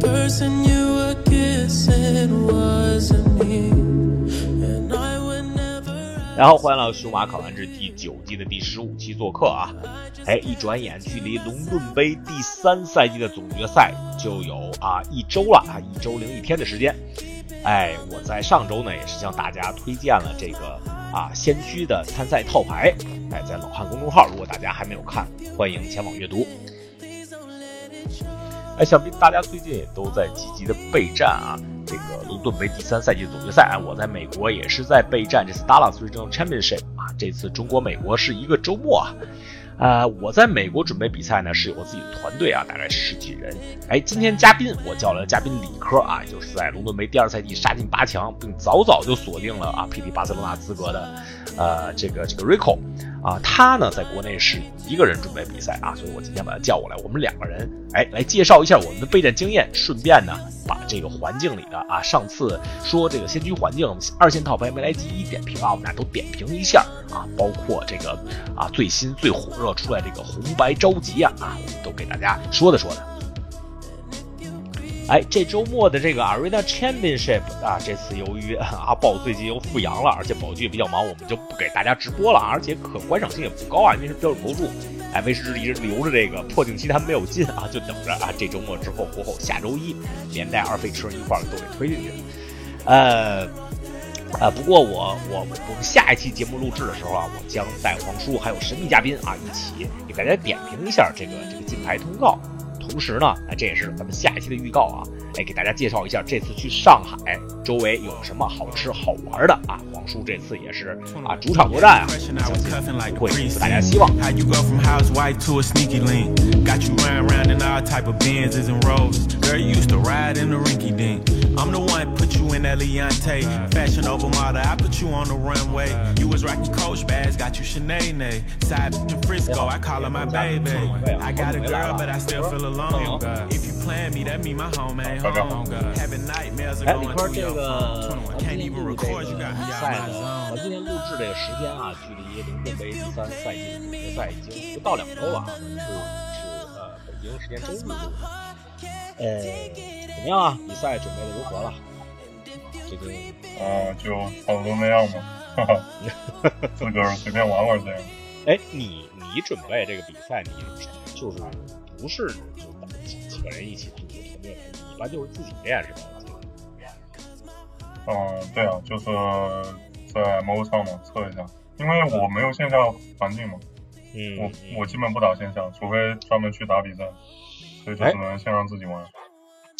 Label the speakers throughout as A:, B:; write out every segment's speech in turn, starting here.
A: kissing you a kiss, it wasn't me. And I would never
B: 然后《欢乐数码考完制》第九季的第十五期做客啊，哎，一转眼距离伦敦杯第三赛季的总决赛就有啊一周了啊，一周零一天的时间。哎，我在上周呢也是向大家推荐了这个啊先驱的参赛套牌，哎，在老汉公众号，如果大家还没有看，欢迎前往阅读。哎，想必大家最近也都在积极的备战啊，这个伦敦杯第三赛季总决赛。哎我在美国也是在备战这次 Dallas Regional Championship 啊，这次中国美国是一个周末啊。呃，我在美国准备比赛呢，是有自己的团队啊，大概十几人。哎，今天嘉宾我叫了嘉宾李科啊，也就是在伦敦杯第二赛季杀进八强，并早早就锁定了啊 PT 巴塞罗那资格的，呃，这个这个 Rico 啊，他呢在国内是一个人准备比赛啊，所以我今天把他叫过来，我们两个人哎来介绍一下我们的备战经验，顺便呢把这个环境里的啊，上次说这个先驱环境二线套牌没来及一点评啊，我们俩都点评一下啊，包括这个啊最新最火热出来这个红白着急啊啊，我们都给大家说的说的。哎，这周末的这个 Arena Championship 啊，这次由于 阿豹最近又复阳了，而且宝具比较忙，我们就不给大家直播了，而且可观赏性也不高啊，因为是标准投注。哎，威士忌一直留着这个破镜期，他们没有进啊，就等着啊，这周末之后过后，下周一连带二费车一块儿都给推进去。呃，呃，不过我我我们下一期节目录制的时候啊，我将带黄叔还有神秘嘉宾啊一起给大家点评一下这个这个金牌通告。同时呢，哎，这也是咱们下一期的预告啊，哎，给大家介绍一下这次去上海周围有什么好吃好玩的啊。黄叔这次也是啊主场作战啊，相信会给大家希望。
C: How you go from housewife to a sneaky link? Got you running around in all type of Benzes and Rolls. Girl, you used to ride in the rinky dink. I'm the one put you in that Leontay. Fashion over model, I put you on the runway. You was rocking Coach bags, got you Sinead. Side bitch in Frisco, I call her my baby. I got a girl, but I still feel alone. If you playing me, that mean my home ain't home. Having nightmares are
B: 哎，李
C: going
B: 科，
C: through
B: 这
C: your
B: 个
C: phone.
B: 咱
C: Can't
B: 今天
C: even
B: 录这个
C: record, you got me
B: 赛
C: out my
B: 的，咱
C: zone.
B: 今天录制这个时间啊，距离伦敦杯第三赛季的总决赛已经不到两周了啊，是是呃北京时间周日录的。呃，怎么样啊？比赛准备的如何了？最近
D: 啊，就差不多那样吧，哈哈， 自个儿随便玩玩这样。
B: 哎，你你准备这个比赛，你就是不是就打几几个人一起组个团队？你一般就是自己练是吧？
D: 嗯，对啊，就是在 MO 上嘛测一下，因为我没有线下环境嘛，
B: 嗯，
D: 我
B: 嗯
D: 我基本不打线下，除非专门去打比赛，所以就
B: 哎
D: 只能先让自己玩。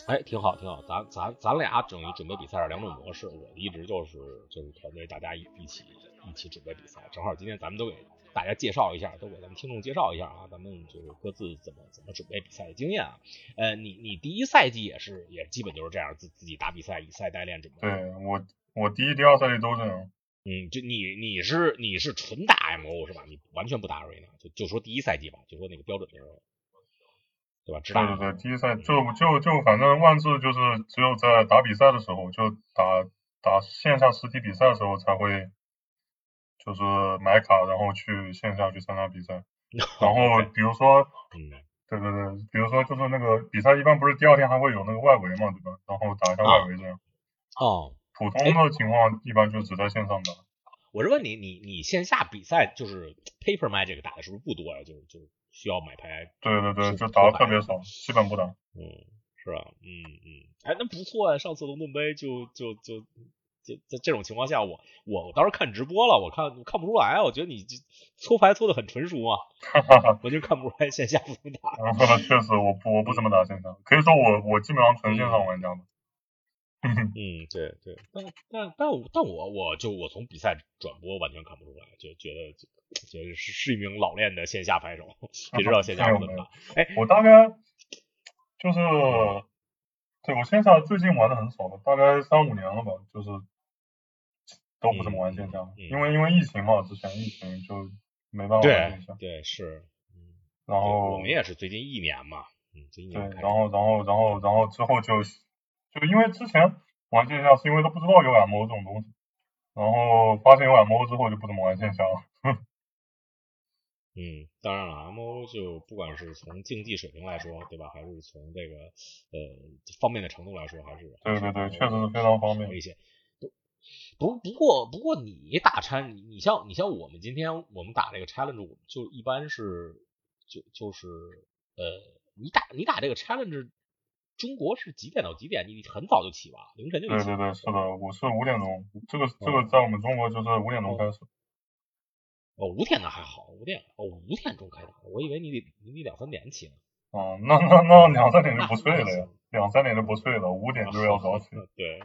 B: 哎，挺好，挺好。咱咱咱俩等于准备比赛是两种模式，我一直就是就是团队大家一一起一起准备比赛。正好今天咱们都给大家介绍一下，都给咱们听众介绍一下啊，咱们就是各自怎么怎么准备比赛的经验啊。呃，你你第一赛季也是也基本就是这样，自自己打比赛，以赛代练准备。
D: 对我我第一、第二赛季都这样，
B: 嗯，就你你是你是纯打 MO 是吧？你完全不打 Arena，就就说第一赛季吧，就说那个标准名儿，对吧？只打
D: 对对对，第一赛就就就反正万智就是只有在打比赛的时候，就打打线下实体比赛的时候才会，就是买卡然后去线下去参加比赛。然后比如说，
B: 嗯，
D: 对对对，比如说就是那个比赛一般不是第二天还会有那个外围嘛，对吧？然后打一下外围这
B: 啊
D: 样。
B: 哦，
D: 普通的情况一般就只在线上打。
B: 我是问你，你你线下比赛就是 Paper Magic 打的是不是不多呀、就就需要买牌，
D: 对对
B: 是
D: 对，就
B: 不
D: 打的
B: 打
D: 特
B: 呀
D: 别少，基本不打。
B: 嗯，是吧？嗯嗯，哎，那不错啊，上次龙盾杯就就就就在这种情况下，我我我当时看直播了，我看我看不出来啊，我觉得你就搓牌搓的很纯熟啊，我就看不出来线下不能打。
D: 然后呢，确实我不我不怎么打线上，可以说我我基本上纯线上玩家吧。
B: 嗯，对对，但但但我但我我就我从比赛转播完全看不出来，就觉得就觉得是是一名老练的线下拍手， 也知道线下不能打。
D: 我大概就是，对我线下最近玩的很少了，大概三五年了吧，就是都不怎么玩线下，
B: 嗯
D: 因为因为疫情嘛，之前疫情就没办法玩
B: 对
D: 线下。
B: 对是，嗯，
D: 然
B: 对
D: 后
B: 我们也是最近一年嘛，嗯，这一
D: 哦对，
B: 年开
D: 然
B: 始
D: 后然后然后然后之后就就因为之前玩线下是因为都不知道有 MO 这种东西，然后发现有 MO 之后就不怎么玩线下了。
B: 嗯，当然了，MO 就不管是从竞技水平来说，对吧，还是从这个呃方便的程度来说，还是
D: 对对对，确实是非常方便
B: 有。一些。不不不过不过你打掺，你像你像我们今天我们打这个 challenge，我们就一般是就就是呃，你打你打这个 challenge，中国是几点到几点？你很早就起吧，凌晨就
D: 对
B: 得起
D: 对
B: 吧。
D: 对，是的，我是五点钟，这个这个在我们中国就是五点钟开始。
B: 哦，五点那还好，五点哦五点钟开打，我以为你得你得两三点起呢。
D: 啊，那那那两三点就不睡
B: 哦 那
D: 了呀，两三点就不睡了，五点就要早起。
B: 对，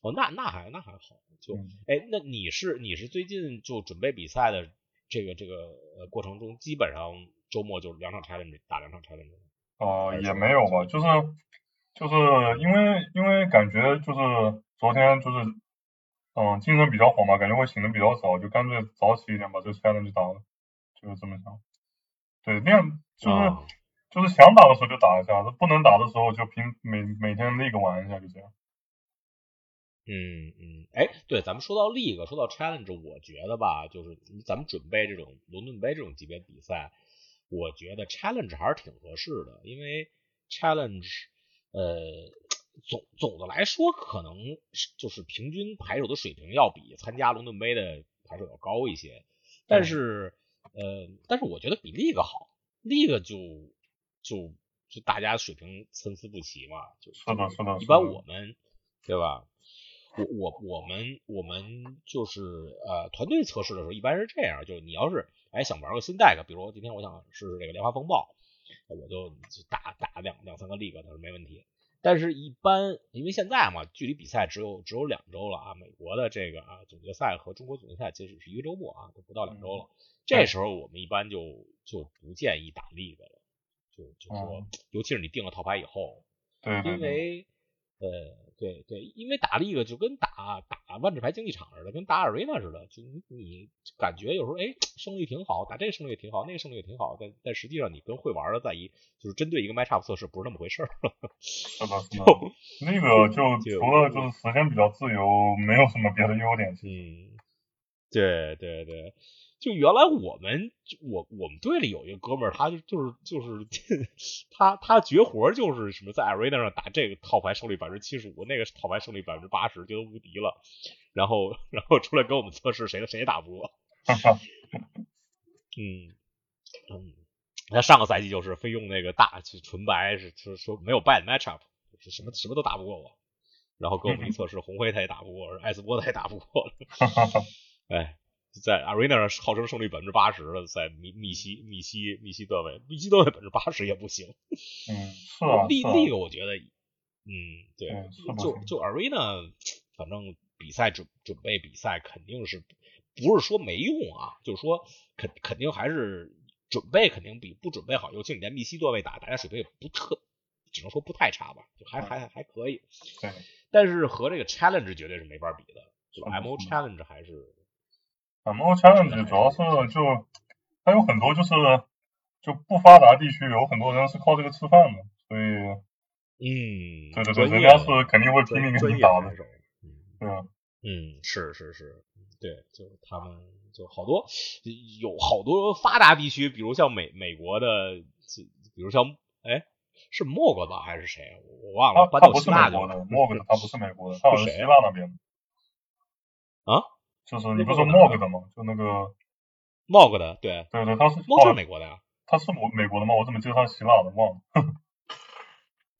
B: 哦，那那还那还好，就
D: 嗯
B: 哎，那你是你是最近就准备比赛的这个这个呃过程中，基本上周末就两场 challenge 打两场 challenge 吗
D: 呃
B: 还，是
D: 也
B: 说
D: 没有吧，就是就是因为因为感觉就是昨天就是嗯精神比较好嘛，感觉会醒的比较早，就干脆早起一点把这个 challenge 打了，就是这么想。对，练就是
B: 啊
D: 就是想打的时候就打一下，不能打的时候就平每每天那个玩一下，就这样。
B: 嗯嗯，哎，对，咱们说到 league，说到 challenge，我觉得吧，就是咱们准备这种伦敦杯这种级别比赛，我觉得 challenge 还是挺合适的，因为 challenge，呃，总总的来说，可能是就是平均排手的水平要比参加伦敦杯的排手要高一些，但是，呃，但是我觉得比 league 好，league 就就就大家水平参差不齐嘛，就是
D: 的，是的，
B: 一
D: 是
B: 般
D: 的
B: 我们对吧？我我我们我们就是呃团队测试的时候一般是这样，就是你要是哎想玩个新 deck，比如说今天我想试试这个莲花风暴，我就就打打两两三个 league 倒是没问题。但是，一般因为现在嘛，距离比赛只有只有两周了啊。美国的这个啊总决赛和中国总决赛其实是一个周末啊，都不到两周了。这时候我们一般就就不建议打 league 了，就就说
D: 嗯，
B: 尤其是你定了套牌以后，
D: 对对
B: 因
D: 对，
B: 为呃，对对，因为打 League 就跟打打万智牌竞技场似的，跟打 Arena 似的，就你你感觉有时候哎胜率挺好，打这个胜率也挺好，那个胜率也挺好，但但实际上你跟会玩的在一就是针对一个 matchup 测试不是那么回事儿。
D: 是的，是的。
B: 就
D: 那个就
B: 就
D: 除了就是时间比较自由，没有什么别的优点。其实
B: 嗯，对对对，就原来我们就我我们队里有一个哥们儿，他就就是就是 他他绝活儿就是什么在 arena 上打这个套牌胜率百分之七十五，那个套牌胜率百分之八十，觉得无敌了，然后然后出来跟我们测试谁谁也打不过。嗯嗯，他上个赛季就是非用那个大去纯白，是是说没有 bad matchup，是什么什么都打不过我。然后跟我们一测试，红灰他也打不过，艾斯波他也打不过， 哎，在 Arena 上号称胜率百分之八十的，在密密西密西密西段位，密西段位百分之八十也不行。
D: 嗯，是啊，
B: 那
D: 是啊
B: 那个我觉得，嗯，对，
D: 嗯是不
B: 就
D: 行
B: 就 Arena，反正比赛准准备比赛肯定是不是说没用啊，就是说肯肯定还是准备肯定比不准备好，尤其你在密西段位打，大家水平也不特，只能说不太差吧，就还
D: 嗯
B: 还还可以。
D: 对，
B: 但是和这个 Challenge 绝对是没法比的，就是
D: 的
B: MO
D: 是的
B: Challenge 还是
D: 咱们 challenge 主要是就它有很多就是就不发达地区有很多人是靠这个吃饭的，所以
B: 嗯，
D: 对对对，
B: 专
D: 人
B: 业
D: 家是肯定会拼
B: 专
D: 命跟
B: 专
D: 你
B: 业
D: 打
B: 选
D: 的，
B: 手
D: 对啊，
B: 嗯，是是是，对，就是他们就好多有好多发达地区，比如像美美国的，就比如像哎是莫哥吧还是谁啊，我我忘
D: 他
B: 了，搬
D: 他
B: 到
D: 不
B: 希
D: 是美
B: 腊去
D: 国
B: 了
D: 的，莫格他不是美国的，他好像是希腊那边的。
B: 啊，
D: 就是你不
B: 那
D: 说
B: 是哪
D: 莫
B: 个
D: 格的吗？就那个，
B: 莫哥的，对，
D: 对对，他是
B: 莫
D: 哦
B: 是美国的呀、
D: 他是美美国的吗？我怎么记得他是希腊的？忘了。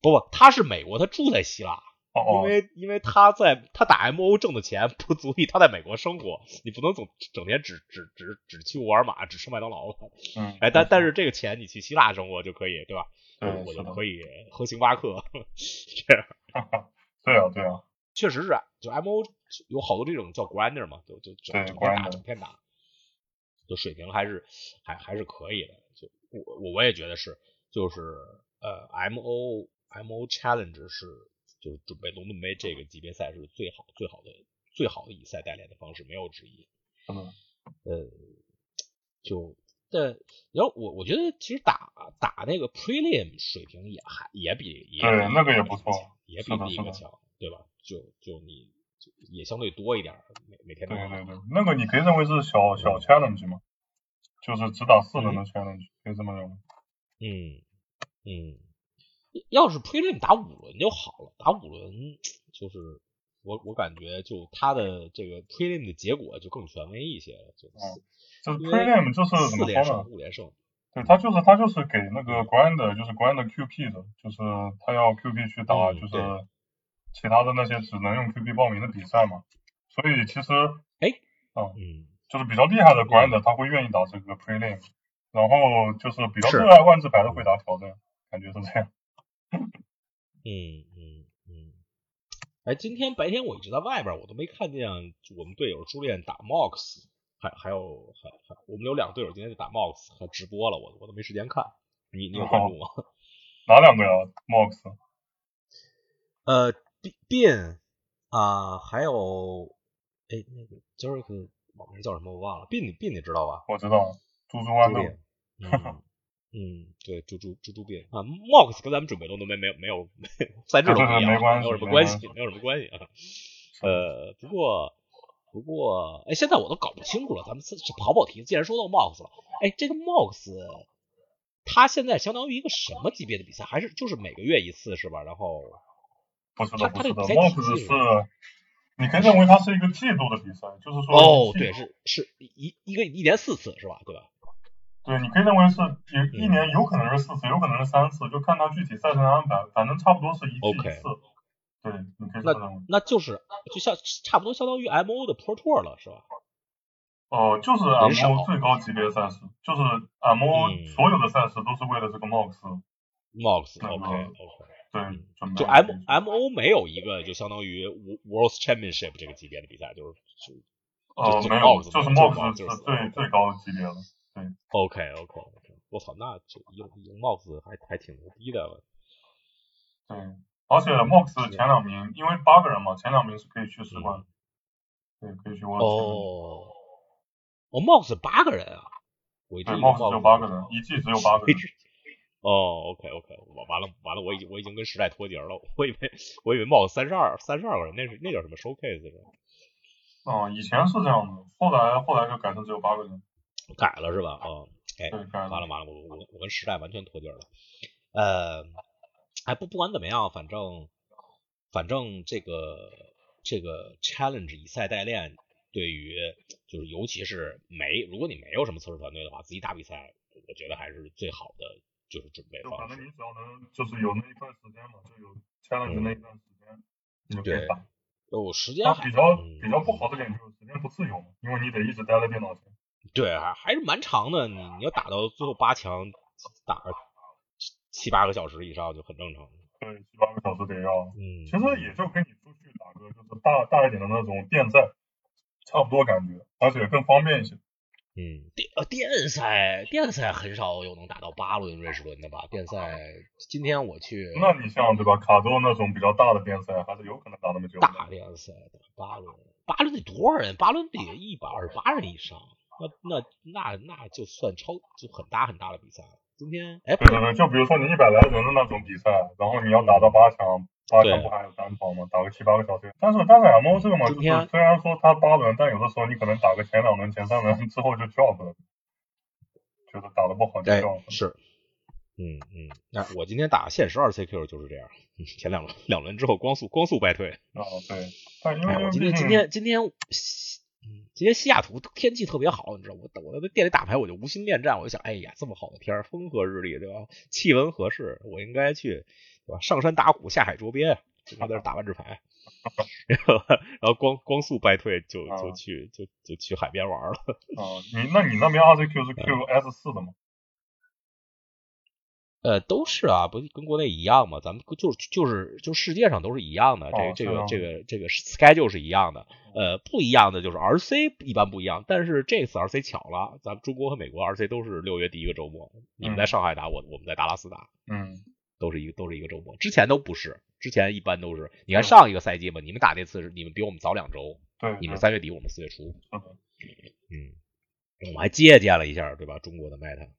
B: 不不，他是美国，他住在希腊，
D: 哦
B: 因
D: 哦，
B: 为因为他在他打 M O 挣的钱不足以他在美国生活，你不能总整天只只只只去沃尔玛，只吃麦当劳吧？
D: 嗯，
B: 哎，但但是这个钱你去希腊生活就可以，对吧？
D: 对，
B: 我
D: 嗯是
B: 就
D: 的，
B: 可以喝星巴克，这样。
D: 对啊对啊，
B: 确实是，就 M O 有好多这种叫 grinder 嘛，就就整
D: 对
B: 整天打，
D: grinder
B: 整天打，就水平还是还还是可以的。就我我我也觉得是，就是呃 M O M O challenge 是就是准备龙盾杯这个级别赛是最好最好的最好的以赛代练的方式，没有之一。
D: 是的。
B: 呃，就但然后我我觉得其实打打那个 prelim 水平也还也比也
D: 对
B: 比
D: 那个也
B: League
D: 不
B: 强
D: 错
B: 也比
D: 是的
B: League
D: 是的
B: 强，对吧？就就你就也相对多一点儿，每每天都
D: 对
B: 能
D: 对
B: 打
D: 对，那个你可以认为是小小 challenge 嘛，就是只打四轮的 challenge，可以这么认为。
B: 嗯嗯，要是推着你打五轮就好了，打五轮就是我我感觉就他的这个推论的结果就更权威一些了，就
D: 嗯
B: 四
D: 就是
B: 因为
D: prelim 就是怎
B: 四
D: 么
B: 连
D: 说呢
B: 胜？五连胜，
D: 对他就是他就是给那个 grinder 就是 grinder QP 的，就是他要 QP 去打
B: 嗯
D: 就是
B: 对
D: 其他的那些只能用 QP 报名的比赛嘛。所以其实
B: 哎，
D: 嗯，
B: 嗯
D: 就是比较厉害的 grinder 他会愿意打这个 prelim，然后就是比较
E: 是
D: 热爱万字牌的会打挑战，感觉是这样。
B: 嗯嗯嗯。哎，今天白天我一直在外边儿，我都没看见我们队友朱练打 MOX，还还有还还我们有两个队友今天就打 MOX 还直播了，我我都没时间看。你你有关注吗？
D: 哪两个呀？Mox
B: 呃，Bin Bin，啊，还有哎那个 Jerk 网名叫什么我忘了，Bin Bin 你知道吧？
D: 我知道，猪猪
B: 朱
D: 豌豆。
B: 练，嗯嗯，对，猪猪猪猪 Bin 啊，MOX 跟咱们准备的都没没有没有 赛制都不一样，
D: 没关系
B: 有什么
D: 没
B: 关
D: 关
B: 系，没有什么关系啊。呃，不过不过，哎，现在我都搞不清楚了。咱们是是跑跑题，既然说到 MOX 了，哎，这个 MOX 它现在相当于一个什么级别的比赛？还是就是每个月一次是吧？然后
D: 不是
B: 他
D: 的，
B: 他
D: 不
B: 这
D: 是
B: 个
D: 的
B: 比赛体
D: ，Mox
B: 系
D: 是，你可以认为它是一个季度的比赛，就是说
B: 哦，
D: 一季
B: 对，是是一一个一年四次是吧？对吧？
D: 对，你可以认为是
B: 嗯
D: 一一年有可能是四次，有可能是三次，就看它具体赛程安排，反正差不多是一季一
B: OK
D: 次。对，你可以
B: 那
D: 这么认为。
B: 那就是就像差不多相当于 M O 的 Pro Tour 了是吧？
D: 哦、就是
B: 人少
D: MO 最高级别赛事，就是 MO
B: 嗯
D: 所有的赛事都是为了这个 MOX
B: Mox
D: 那
B: OK
D: 么
B: OK，
D: 对
B: 嗯
D: 准备。
B: 就 M M O 没有一个就相当于 Wo- World Championship 这个级别的比赛，就是就
D: 哦、
B: 就
D: 没有，
B: 就
D: 就是
B: Mox，
D: MOX
B: 就是是
D: 最最高的级别了。
B: OK OK OK，我操，那就赢赢 Mox 还还挺牛逼的了，
D: 对，而且 MOX
B: 是
D: 前两名，因为八个人嘛，前两名是可以去世冠，
B: 嗯
D: 对，可以去 World Series。
B: 哦哦 Mox 八个人啊，我一直
D: 对
B: 以为
D: ，MOX 只有八个人，嗯一季只有八个人。
B: 哦，OK OK，我完了完了，我已经我已经跟时代脱节了，我以为我以为冒三十二三十二个人，那是那叫什么 showcase 是吧
D: 嗯，以前是这样的，后来后来就改成只有八个人。
B: 改了是吧？哦，哎，
D: 对，改
B: 完了完了，我我我跟时代完全脱节了。呃，哎不不管怎么样，反正反正这个这个 challenge 以赛代练，对于就是尤其是没如果你没有什么测试团队的话，自己打比赛，我觉得还是最好的就是准备
D: 就
B: 方
D: 反
B: 式
D: 正。你只要能就是有那一段时间嘛，就有 challenge 那一段时间，你就可以
B: 对
D: 打。
B: 我时间
D: 但
B: 还
D: 啊比较
B: 嗯
D: 比较不好的点就是时间不自由嘛，因为你得一直待在电脑前。
B: 对，还还是蛮长的。你你要打到最后八强，打个七七八个小时以上就很正常。
D: 对，七八个小时得要。
B: 嗯，
D: 其实也就跟你出去打个就是大大一点的那种电赛差不多感觉，而且更方便一些。
B: 嗯，电呃电赛电赛很少有能打到八轮瑞士轮的吧？电赛今天我去
D: 那你像对吧，卡州那种比较大的电赛，还是有可能打那么久的。
B: 大联赛打八轮，八轮得多少人？八轮得一百二十八人以上，那那那那就算超就很大很大的比赛了。今天哎不
D: 对对对，就比如说你一百来人的那种比赛，然后你要打到八强，八强不还有单场吗？打个七八个小时。但是但是 M O 这个嘛，
B: 今
D: 就
B: 天
D: 是虽然说它八轮，但有的时候你可能打个前两轮、前三轮之后就 drop 了，觉得打得不好就
B: 哎
D: drop 了。
B: 是，嗯嗯，那、我今天打限时二 CQ 就是这样，前两轮两轮之后光速光速败退。
D: 啊，对。但因为
B: 哎，
D: 因
B: 我
D: 为
B: 今
D: 毕
B: 天今
D: 竟
B: 天今天西，嗯，今天西雅图天气特别好，你知道，我我在店里打牌，我就无心恋战，我就想，哎呀，这么好的天儿，风和日丽，对吧？气温合适，我应该去，对吧？上山打虎，下海捉鳖，就在那儿打万智牌， 然后然后光光速败退，就就
D: 啊
B: 去就就去海边玩了。
D: 啊，你那你那边 R C Q
B: 嗯
D: 是 Q S 四的吗？
B: 呃，都是啊，不跟国内一样嘛？咱们就是就是就世界上都是一样的，
D: 哦
B: 这
D: 是
B: 个
D: 吗哦
B: 这个这个这个 schedule 是一样的。呃，不一样的就是 RC 一般不一样，但是这次 RC 巧了，咱们中国和美国 RC 都是六月第一个周末，你们在
D: 嗯
B: 上海打，我我们在达拉斯打，
D: 嗯，
B: 都是一个都是一个周末。之前都不是，之前一般都是。你看
D: 嗯
B: 上一个赛季嘛，你们打那次是你们比我们早两周，
D: 对，
B: 你们
D: 对
B: 三月底，我们四月初。
D: 是的
B: 嗯，我还借鉴了一下，对吧？中国的 Meta，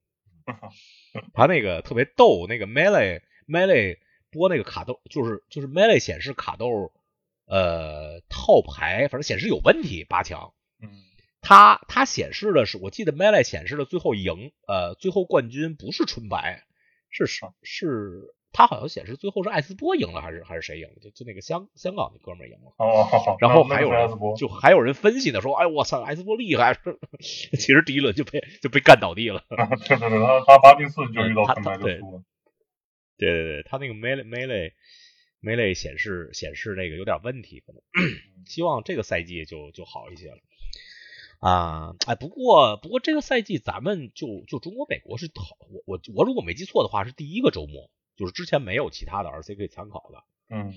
B: 他那个特别逗，那个 Melee Melee 播那个卡豆，就是就是 Melee 显示卡豆呃套牌，反正显示有问题，八强。
D: 嗯，
B: 它它显示的是，我记得 Melee 显示的最后赢，呃，最后冠军不是纯白，是是是，它好像显示最后是艾斯波赢了，还是还是谁赢了？就就那个香香港那哥们儿赢了。
D: 哦，好好
B: 然后还有
D: 那那
B: 人
D: 个是播
B: 就还有人分析呢，说，哎，我操，艾斯波厉害， 其实第一轮就被就被干倒地了。
D: 对对对，他他八进四就遇到
B: 嗯他
D: 分白就
B: 对
D: 输了。
B: 对对对，它那个 melee melee melee 显示显示那个有点问题，可能 希望这个赛季就就好一些了。啊，哎，不过不过这个赛季咱们就就中国美国是好，我我我如果没记错的话是第一个周末，就是之前没有其他的 RC 可以参考的。
D: 嗯，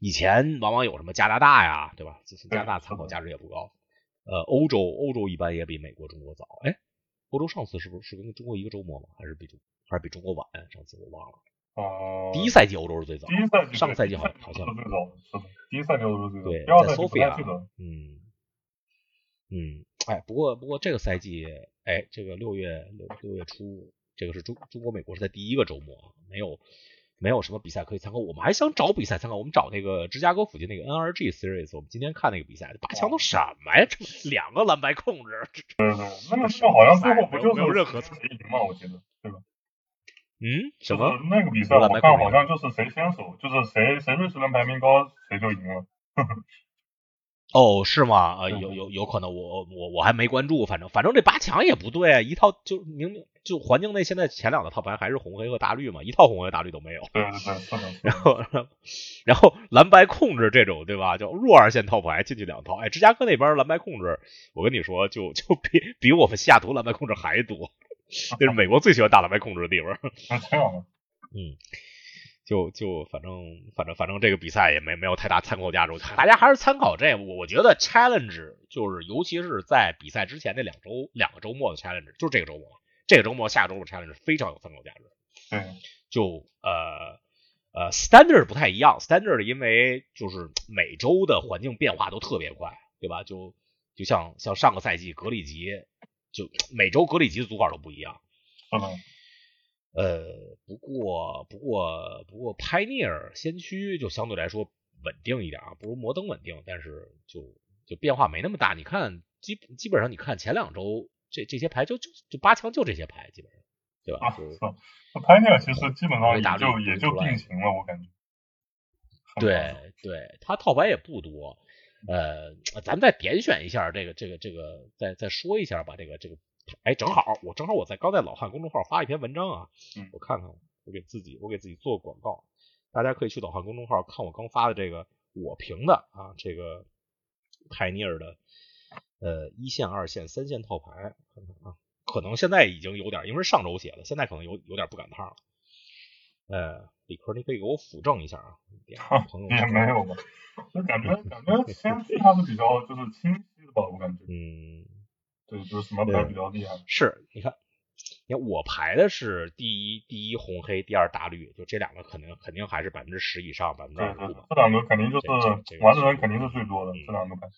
B: 以前往往有什么加拿大呀，对吧？其实加拿大参考价值也不高。呃，欧洲欧洲一般也比美国、中国早。哎，欧洲上次是不是是跟中国一个周末吗？还是比中还是比中国晚？上次我忘了。
D: 呃，
B: 第一赛季欧洲是最早
D: 第。一赛季对
B: 上赛季好像好像
D: 是最早的，是的，第一赛季都是最早的，
B: 对
D: 第二
B: 在
D: 赛季不太
B: Sofia
D: 记得。
B: 嗯嗯，哎，不过不过这个赛季，哎，这个六月六六月初，这个是中中国美国是在第一个周末啊，没有没有什么比赛可以参考。我们还想找比赛参考，我们找那个芝加哥附近那个 NRG Series，我们今天看那个比赛，八强都什么呀？这么两个蓝白控制，这这
D: 对对，那个时候好像最后不就
B: 哎没有
D: 是
B: 任何
D: 谁赢嘛？我记得，对吧？
B: 嗯什
D: 就是
B: 么？
D: 那个比赛，
B: 荷兰
D: 我
B: 白
D: 看
B: 控
D: 好像就是谁先手，就是谁谁瑞士人排名高，谁就赢了。
B: 哦，是吗？呃，
D: 嗯
B: 有有有可能我，我我还没关注，反正反正这八强也不对啊，一套就明明就环境内现在前两个套牌还是红黑和大绿嘛，一套红黑大绿都没有。
D: 对对对，是的，是的
B: 然后， 然后蓝白控制这种，对吧？叫弱二线套牌进去两套。哎，芝加哥那边蓝白控制，我跟你说，就 就比比我们西雅图蓝白控制还多。这是美国最喜欢打蓝白控制的地方。
D: 是这样的。
B: 嗯，就就反正反正反正这个比赛也没没有太大参考价值，我大家还是参考这个。我我觉得 challenge 就是尤其是在比赛之前那两周两个周末的 challenge，就是这个周末，这个周末下个周末 challenge 非常有参考价值。
D: 对，
B: 就呃呃 standard 不太一样，standard 因为就是每周的环境变化都特别快，对吧？就就像像上个赛季格里吉，就每周格里吉的组法都不一样。
D: 是的，
B: 呃，不过不过不过 Pioneer 先驱就相对来说稳定一点啊，不如摩登稳定，但是就就变化没那么大。你看基基本上你看前两周这这些牌就就就八强就这些牌，基本上对吧？
D: 啊，
B: 就是
D: 的。那拍那个其实基本上
B: 维达
D: 也就
B: 利
D: 也就
B: 出来
D: 定型了，我感觉。
B: 对对，他套牌也不多。呃，咱们再点选一下这个这个这个，再再说一下吧。这个这个，哎，正好我正好我在刚在老汉公众号发一篇文章啊
D: 嗯，
B: 我看看，我给自己我给自己做广告，大家可以去老汉公众号看我刚发的这个我评的啊，这个泰尼尔的呃一线、二线、三线套牌，看看啊，可能现在已经有点，因为是上周写的，现在可能有有点不赶趟了。呃，理科，你可以给我辅正一下啊，点朋友
D: 也
B: 圈
D: 没有吧，就感觉感觉先驱还是比较就是清晰的吧，我感觉。
B: 嗯，
D: 对，就是什么牌比较厉害？
B: 是，你看，你看我排的是第一，第一红黑，第二大绿，就这两个肯定肯定还是百分之十以上，百分之
D: 对
B: 二
D: 对啊
B: 十五
D: 对，嗯这两个肯定就是
B: 这这这个
D: 玩的人
B: 是
D: 肯定是最多的，这两个牌。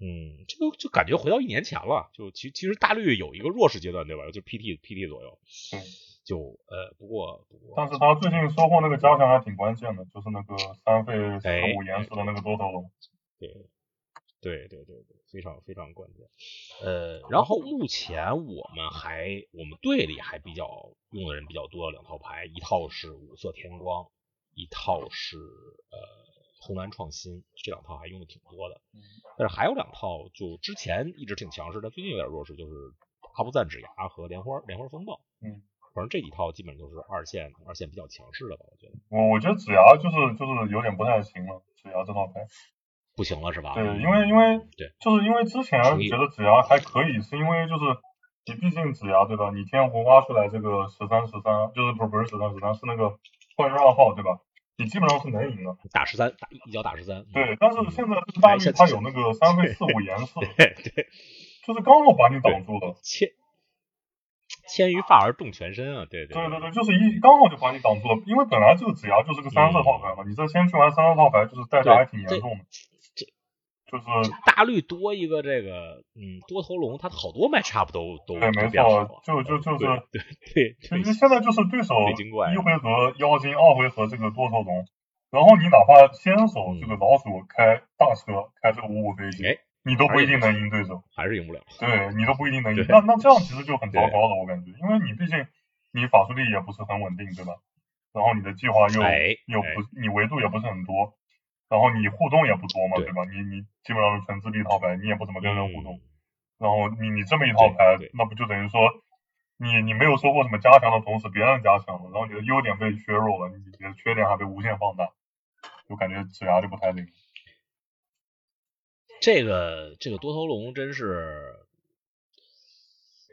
B: 嗯，这个就感觉回到一年前了，就其其实大绿有一个弱势阶段，对吧？就 PT PT 左右
D: 对，
B: 就呃，不过不过，
D: 但是他最近收获那个加强还挺关键的，就是那个三费十五
B: 哎
D: 延时的那个多头龙。
B: 对对对对对，非常非常关键。呃，然后目前我们还我们队里还比较用的人比较多，两套牌，一套是五色天光，一套是呃红蓝创新，这两套还用的挺多的。但是还有两套就之前一直挺强势，但最近有点弱势，就是阿布赞指牙和莲花莲花风暴。
D: 嗯，
B: 反正这几套基本就是二线二线比较强势的吧，我觉得
D: 我我觉得指牙就是就是有点不太行了，指牙这套牌，
B: 不行了是吧？
D: 对因为因为
B: 对
D: 就是因为之前
B: 啊同意
D: 觉得指牙还可以，是因为就是你毕竟指牙对吧？你天胡挖出来这个十三十三，就是不不是十三十三，是那个换二号对吧？你基本上是能赢的。
B: 打十三打一脚打十三。
D: 对，但是
B: 嗯
D: 现在这个大
B: 哎
D: 绿
B: 现
D: 它
B: 在
D: 有 那个三费四五延四，
B: 对 对。
D: 就是刚好把你挡住了。
B: 千千于发而动全身啊，对对
D: 对对对，就是一刚好就把你挡住了，因为本来这个指牙就是个三色套牌嘛，你这先去玩三色套牌，就是代
B: 嗯对
D: 价还挺严
B: 这
D: 重的。
B: 这
D: 就是
B: 大绿多一个这个嗯多头龙，它好多 match up 都都
D: 对没
B: 都变好了
D: 错，就就就是
B: 对对
D: 其
B: 对
D: 实现在就是对手
B: 北京怪
D: 一回合妖精，二回合这个多头龙，然后你哪怕先手这个老鼠开大车，开这个五五飞机
B: 嗯哎，
D: 你都不一定能赢对手，
B: 还是赢不了。
D: 对你都不一定能赢
B: 对。
D: 那那这样其实 就很糟
B: 对
D: 糕了，我感觉，因为你毕竟你法术力也不是很稳定，对吧？然后你的计划又
B: 哎
D: 又
B: 哎
D: 不，你维度也不是很多，然后你互动也不多嘛，
B: 对
D: 对吧？你你基本上是全自立套牌，你也不怎么跟人互动
B: 嗯。
D: 然后你你这么一套牌
B: 对对，
D: 那不就等于说你你没有收获什么加强的同时，别人加强了，然后你的优点被削弱了，你的缺点还被无限放大，就感觉指压就不太灵。
B: 这个这个多头龙真是，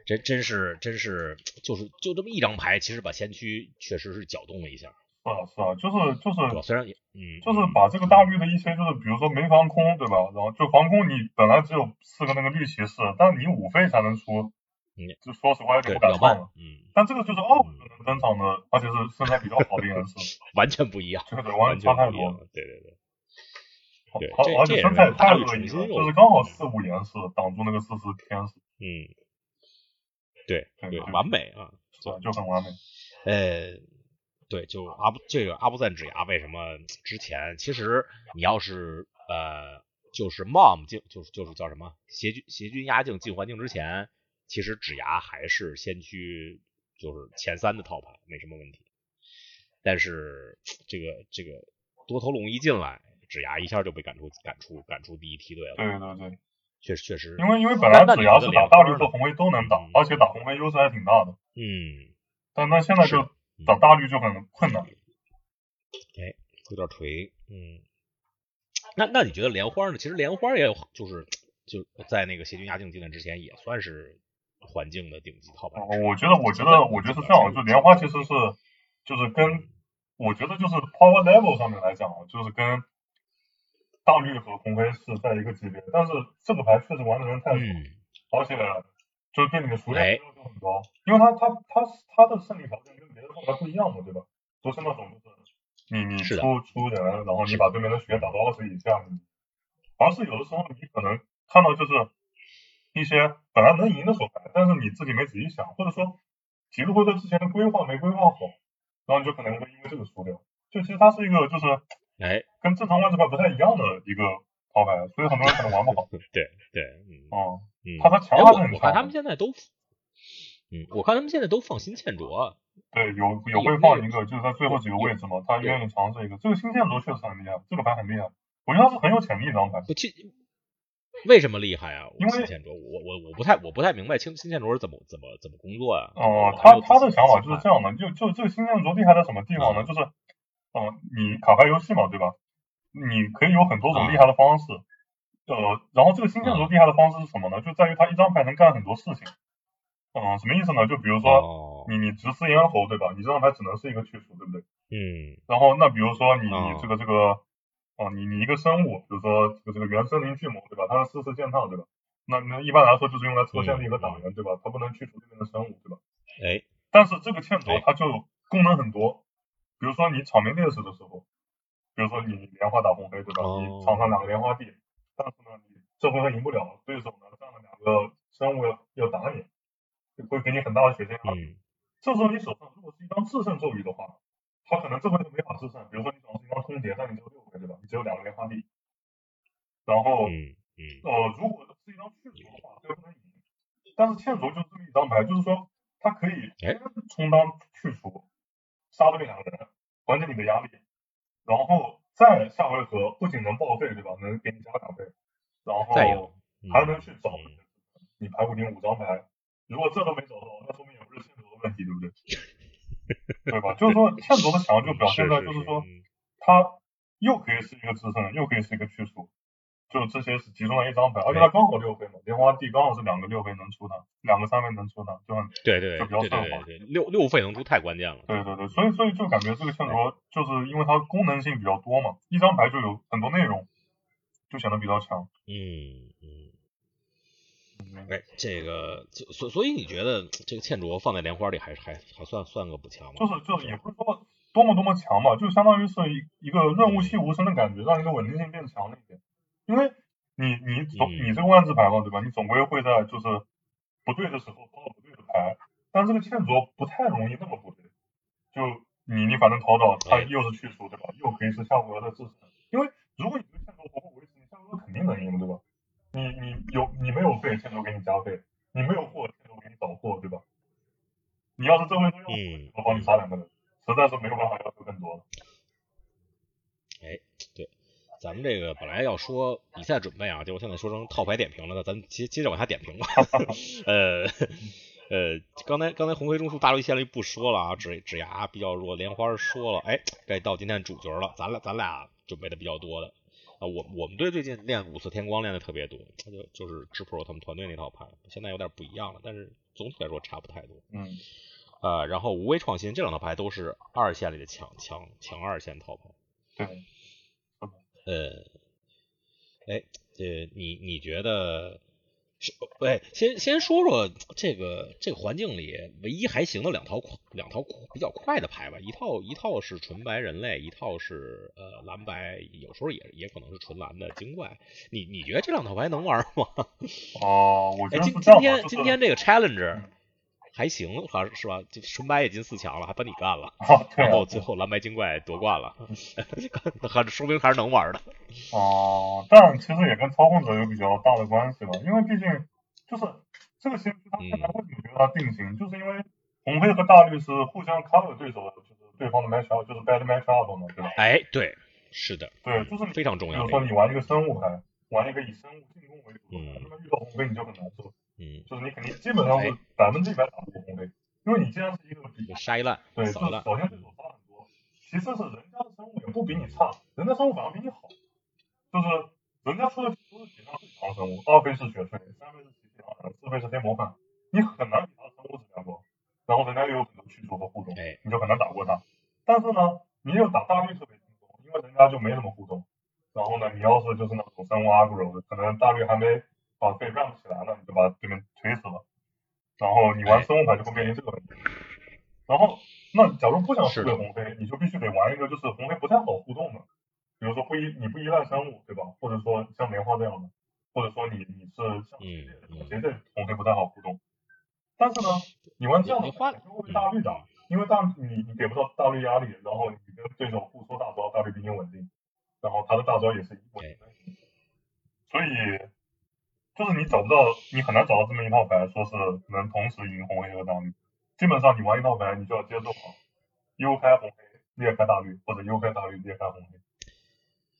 B: 真真是真是就是就这么一张牌，其实把先驱确实是搅动了一下，
D: 是啊是啊，就是就是
B: 对吧？虽然也嗯，
D: 就是
B: 嗯
D: 把这个大绿的一些，就是比如说没防空，对吧？然后就防空，你本来只有四个那个绿骑士，但你五费才能出
B: 嗯，
D: 就说实话有
B: 对比
D: 点不敢
B: 较
D: 上
B: 慢
D: 了。，
B: 嗯，
D: 但这个就是奥克能登场的，而且是身材比较好的人士，
B: 完全不一样，
D: 对对，
B: 完
D: 完
B: 全
D: 全差太
B: 不一
D: 多
B: 样
D: 了。，
B: 对对对，
D: 好
B: 对
D: 好
B: 这
D: 而
B: 这也
D: 且身
B: 是
D: 材
B: 大
D: 太
B: 陆
D: 恶
B: 纯
D: 意
B: 心
D: 了，
B: 肉
D: 就是刚好四五岩士挡住那个四四天使，
B: 嗯，对
D: 对
B: 对，
D: 对
B: 完美啊，
D: 是吧？就很完美。
B: 呃，对，就阿布这个阿布赞指牙为什么之前其实你要是呃就是 mom 进就是就是叫什么邪君邪君压境进环境之前，其实指牙还是先驱就是前三的套牌没什么问题，但是这个这个多头龙一进来，指牙一下就被赶出赶出赶出第一梯队了，
D: 对对对，
B: 确实确实，
D: 因为因为本
B: 那
D: 来
B: 那
D: 只
B: 你
D: 要
B: 觉
D: 是
B: 得
D: 打
B: 两
D: 大
B: 分
D: 绿
B: 儿
D: 和
B: 呢
D: 红黑都能打
B: 嗯，
D: 而且打红黑优势还挺大的，
B: 嗯
D: 但那现在
B: 是
D: 就
B: 嗯
D: 打大绿就很困难。
B: 有点颓，嗯。那那你觉得莲花呢？其实莲花也有，就是就在那个邪君压境进来之前，也算是环境的顶级套牌
D: 哦。我觉得，我觉得，我觉得是这样的，就莲花其实是，就是跟，我觉得就是 power level 上面来讲啊，就是跟大绿和红黑是在一个级别，但是这个牌确实玩的人太少，
B: 嗯，
D: 而且就是对你的熟
B: 哎
D: 练要求很高，因为它它它它的胜利条件跟别的套牌不一样嘛，对吧？不是那种就是你你
B: 是的
D: 出出人，然后
B: 是
D: 你把对面的血打到二十以下，你而是有的时候你可能看到就是一些本来能赢的手牌，但是你自己没仔细想，或者说极路会对之前的规划没规划好，然后你就可能会因为这个输掉。就其实它是一个就是
B: 哎，
D: 跟正常万智牌不太一样的一个套牌，所以很多人可能 玩不好。
B: 对对，嗯
D: 嗯，
B: 嗯。
D: 他他强
B: 哎，
D: 化得
B: 我
D: 很
B: 我看
D: 强
B: 他们现在都，嗯，我看他们现在都放心欠卓，
D: 对，有有
B: 有
D: 会
B: 那
D: 放
B: 个
D: 一个，就是在最后几个位置嘛，他
B: 对
D: 愿意尝试一个。这个新建筑确实很厉害，这个牌很厉害，我觉得它是很有潜力一张牌。
B: 不其为什么厉害啊？
D: 因为
B: 新欠卓，我我我不太我不太明白新新欠卓是怎么怎么怎么工作啊？
D: 哦
B: 我，还没
D: 他
B: 有
D: 他
B: 仔
D: 的
B: 细
D: 想法
B: 看
D: 就是这样的，就就这个新建筑厉害在什么地方呢？就是，嗯，你卡牌游戏嘛，对吧？你可以有很多种厉害的方式，呃，然后这个新建筑
B: 嗯
D: 厉害的方式是什么呢？就在于它一张牌能干很多事情。嗯，什么意思呢？就比如说
B: 哦，
D: 你你直刺咽喉，对吧？你这张牌只能是一个去除，对不对？
B: 嗯
D: 然后那比如说你
B: 嗯
D: 你这个这个，哦，你你一个生物，比如说这个这个原森林巨魔，对吧？它是四次践踏，对吧？那那一般来说就是用来抽象力和党
B: 嗯
D: 员，对吧？它不能去除这边的生物，对吧？
B: 哎
D: 但是这个欠
B: 哎
D: 轴它就功能很多，比如说你场面劣势的时候，比如说你莲花打红黑，对吧？
B: 哦
D: 你场上两个莲花地，但是呢，你这回合赢不了，对手呢占了两个生物要要打你，就会给你很大的血线压
B: 嗯
D: 力。这时候你手上如果是一张制胜咒语的话，他可能这回就没法制胜。比如说你手上是一张通牒，但你只有六回对吧？你只有两个莲花地。然后，
B: 嗯嗯，
D: 呃，如果是一张去除的话，这个不能赢。但是欠卓就是这么一张牌，就是说它可以
B: 哎
D: 充当去除，杀对面两个人，缓解你的压力，然后再下回合不仅能报废对吧，能给你加两倍，然
B: 再有
D: 后
B: 嗯
D: 还能去找
B: 嗯
D: 你牌库里五张牌，如果这都没找到，那说明也不是欠卓的问题，对不 对？对吧？就是说欠卓的强就表现在就是说
B: 嗯
D: 它又可以是一个支撑，又可以是一个去除，就这些是集中在一张牌，而且它刚好六分嘛，莲花地刚好是两个六分能出它，两个三分能出它，就很
B: 对对对
D: 就比较
B: 对对
D: 顺
B: 对
D: 滑
B: 对，六六费能出太关键了。
D: 对对对，所以所以就感觉这个线索就是因为它功能性比较多嘛，一张牌就有很多内容，就显得比较强。
B: 嗯嗯，哎，这个就所所以你觉得这个倩卓放在莲花里还还还算算个补强吗？
D: 就是就是也不是说多么多么强吧，就相当于是一一个润物细无声的感觉，让你的稳定性变强了一点。因为你你总
B: 嗯
D: 你这个万字牌嘛，对吧？你总归会在就是不对的时候掏不对的牌，但这个欠卓不太容易那么不对。就你你反正掏到它
B: 哎
D: 又是去除对吧？又可以是下回合的制胜，因为如果你这个欠卓活不维持，你下回合肯定能赢对吧？你你有你没有费，现在我给你加费；你没有货，现在我给你找货，对吧？你要是这回都要货，
B: 嗯
D: 我帮你杀两个人，实在是没有办法要求更多了。
B: 哎，对，咱们这个本来要说比赛准备啊，结果现在说成套牌点评了，那咱接接着往下点评吧。呃呃，刚才刚才红黑中枢大陆一线力不说了啊，指指牙比较弱，莲花说了，哎，该到今天主角了，咱俩咱俩准备的比较多的啊，我我们队最近练五色天光练的特别多，就就是智 pro 他们团队那套牌，现在有点不一样了，但是总体来说差不太多。
D: 嗯，
B: 呃，然后无畏创新这两套牌都是二线里的强强强二线套牌。
D: 对，
B: 嗯呃，哎，这你你觉得是？哎，先先说说这个这个环境里唯一还行的两套快两套快比较快的牌吧，一套一套是纯白人类，一套是呃蓝白，有时候也也可能是纯蓝的精怪。你你觉得这两套牌能玩吗？
D: 哦、我觉
B: 哎，
D: 得是
B: 今
D: 这
B: 今
D: 样吧，
B: 天
D: 就是
B: 今天这个 challenge
D: 嗯
B: 还行，好像是吧？这纯白也进四强了，还把你干了，
D: 哦，对
B: 然
D: 啊
B: 后，最后蓝白精怪夺冠了， 还是说明还是能玩的。
D: 哦、但其实也跟操控者有比较大的关系吧，因为毕竟就是这个星期
B: 嗯
D: 它现在为什么觉得它定型，就是因为红黑和大绿是互相 cover 对手的，就是对方的 match out，就是 bad match out 嘛，对吧？
B: 哎，对，是的，
D: 对，就是你
B: 非常重
D: 比
B: 要
D: 如
B: 的
D: 说
B: 一
D: 你
B: 个。
D: 玩一个生物牌，玩一个以生物进攻为主的
B: 嗯，
D: 牌那么遇到红黑你就很难受，
B: 嗯，
D: 就是你肯定基本上是
B: 哎
D: 百分之一百打不过红黑，因为你既然是一个比
B: 就杀一烂
D: 对，，就是
B: 扫一烂。
D: 首先对手差很多，其次是人家的生物也不比你差，人家生物反而比你好，就是人家出的都是体量最强的生物，二倍是雪穗，三倍是奇迹狼人，四倍是黑魔范，你很难比他的生物质量高，然后人家又有很多去处和互动，
B: 哎，
D: 你就很难打过他。但是呢，你又打大绿特别轻松，因为人家就没什么互动。然后呢，你要是就是那种生物 aggro 的，可能大绿还没把被 ramp 起来呢，你就把对面推死了。然后你
B: 哎
D: 玩生物牌就会面临这个问题。然后，那假如不想输
B: 是
D: 给
B: 的
D: 红黑，你就必须得玩一个就是红黑不太好互动的，比如说不依你不依赖生物，对吧？或者说像莲花这样的，或者说你你是像结界
B: 嗯嗯
D: 结界红黑不太好互动。但是呢，你玩这样的
B: 莲花
D: 牌就会被大绿打，因为大你你给不到大绿压力，然后你跟对手互说大招，大绿比你稳定，然后他的大招也是一稳定的，所以就是你找不到，你很难找到这么一套牌，说是能同时赢红黑和大绿。基本上你玩一套牌，你就要接受好，优开红黑，裂开大绿，或者优开大绿，裂开红黑。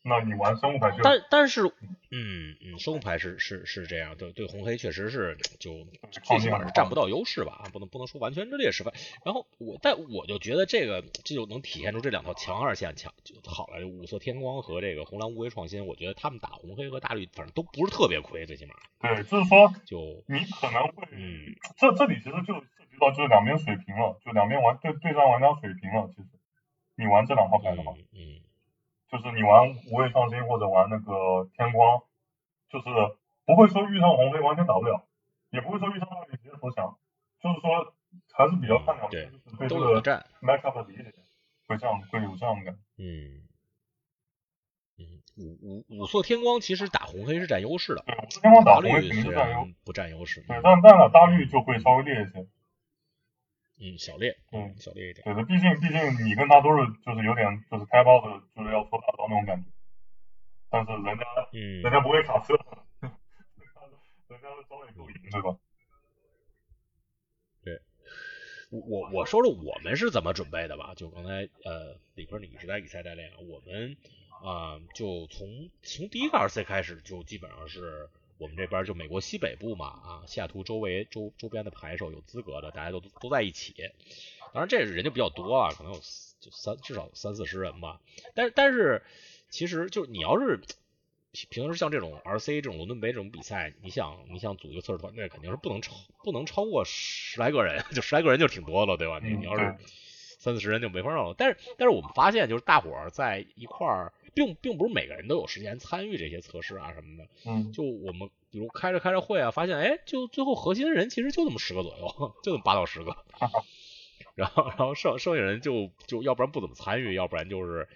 D: 那你玩生物牌就
B: 但但是，嗯嗯，生物牌是是是这样，对对，红黑确实是就最起码是占不到优势吧，不能不能说完全之劣势吧。然后我但我就觉得这个这就能体现出这两套强二线强就好了，五色天光和这个红蓝无为创新，我觉得他们打红黑和大绿反正都不是特别亏，最起码
D: 对，就是说
B: 就
D: 你可能会
B: 嗯
D: 这这里其实就涉及到就是两边水平了，就两边玩对对战玩家水平了。其实你玩这两套牌的话，
B: 嗯嗯
D: 就是你玩无畏创新或者玩那个天光，就是不会说遇上红黑完全打不了，也不会说遇上大绿直接投降，就是说还是比较看两边，就是对这
B: 都有的
D: 个
B: 占，
D: matchup 的理解会这样会有这样的感觉。
B: 嗯嗯，五五五色天光其实打红黑是占优势的，
D: 对，我是天光打
B: 大
D: 红黑肯
B: 绿
D: 定
B: 虽
D: 是占啊优，
B: 然不占优势，
D: 对，但但了大绿就会稍微劣一些。
B: 嗯，小烈，
D: 嗯
B: 小烈一点，
D: 对的，毕竟毕竟你跟他都是就是有点就是开包的，就是要说大招那种感觉，但是人家
B: 嗯，
D: 人家不会卡车，人家的招也够赢，对吧？
B: 我我我说说我们是怎么准备的吧，就刚才呃，李哥你是在以赛代练，我们啊、就从从第一个 RC 开始，就基本上是我们这边就美国西北部嘛啊，西雅图周围周周边的牌手有资格的，大家都都在一起，当然这人就比较多啊，可能有四就三至少三四十人吧，但是但是其实就是你要是。平时像这种 RC 这种伦敦杯这种比赛，你想你想组一个测试团队，肯定是不能超不能超过十来个人，就十来个人就挺多了，对吧？你
D: 嗯
B: 你要是
D: 对
B: 三四十人就没法弄了。但是但是我们发现，就是大伙儿在一块儿，并并不是每个人都有时间参与这些测试啊什么的。
D: 嗯，
B: 就我们比如开着开着会啊，发现哎，就最后核心人其实就那么十个左右， 就那么八到十个，然后然后剩剩下人就就要不然不怎么参与，要不然就是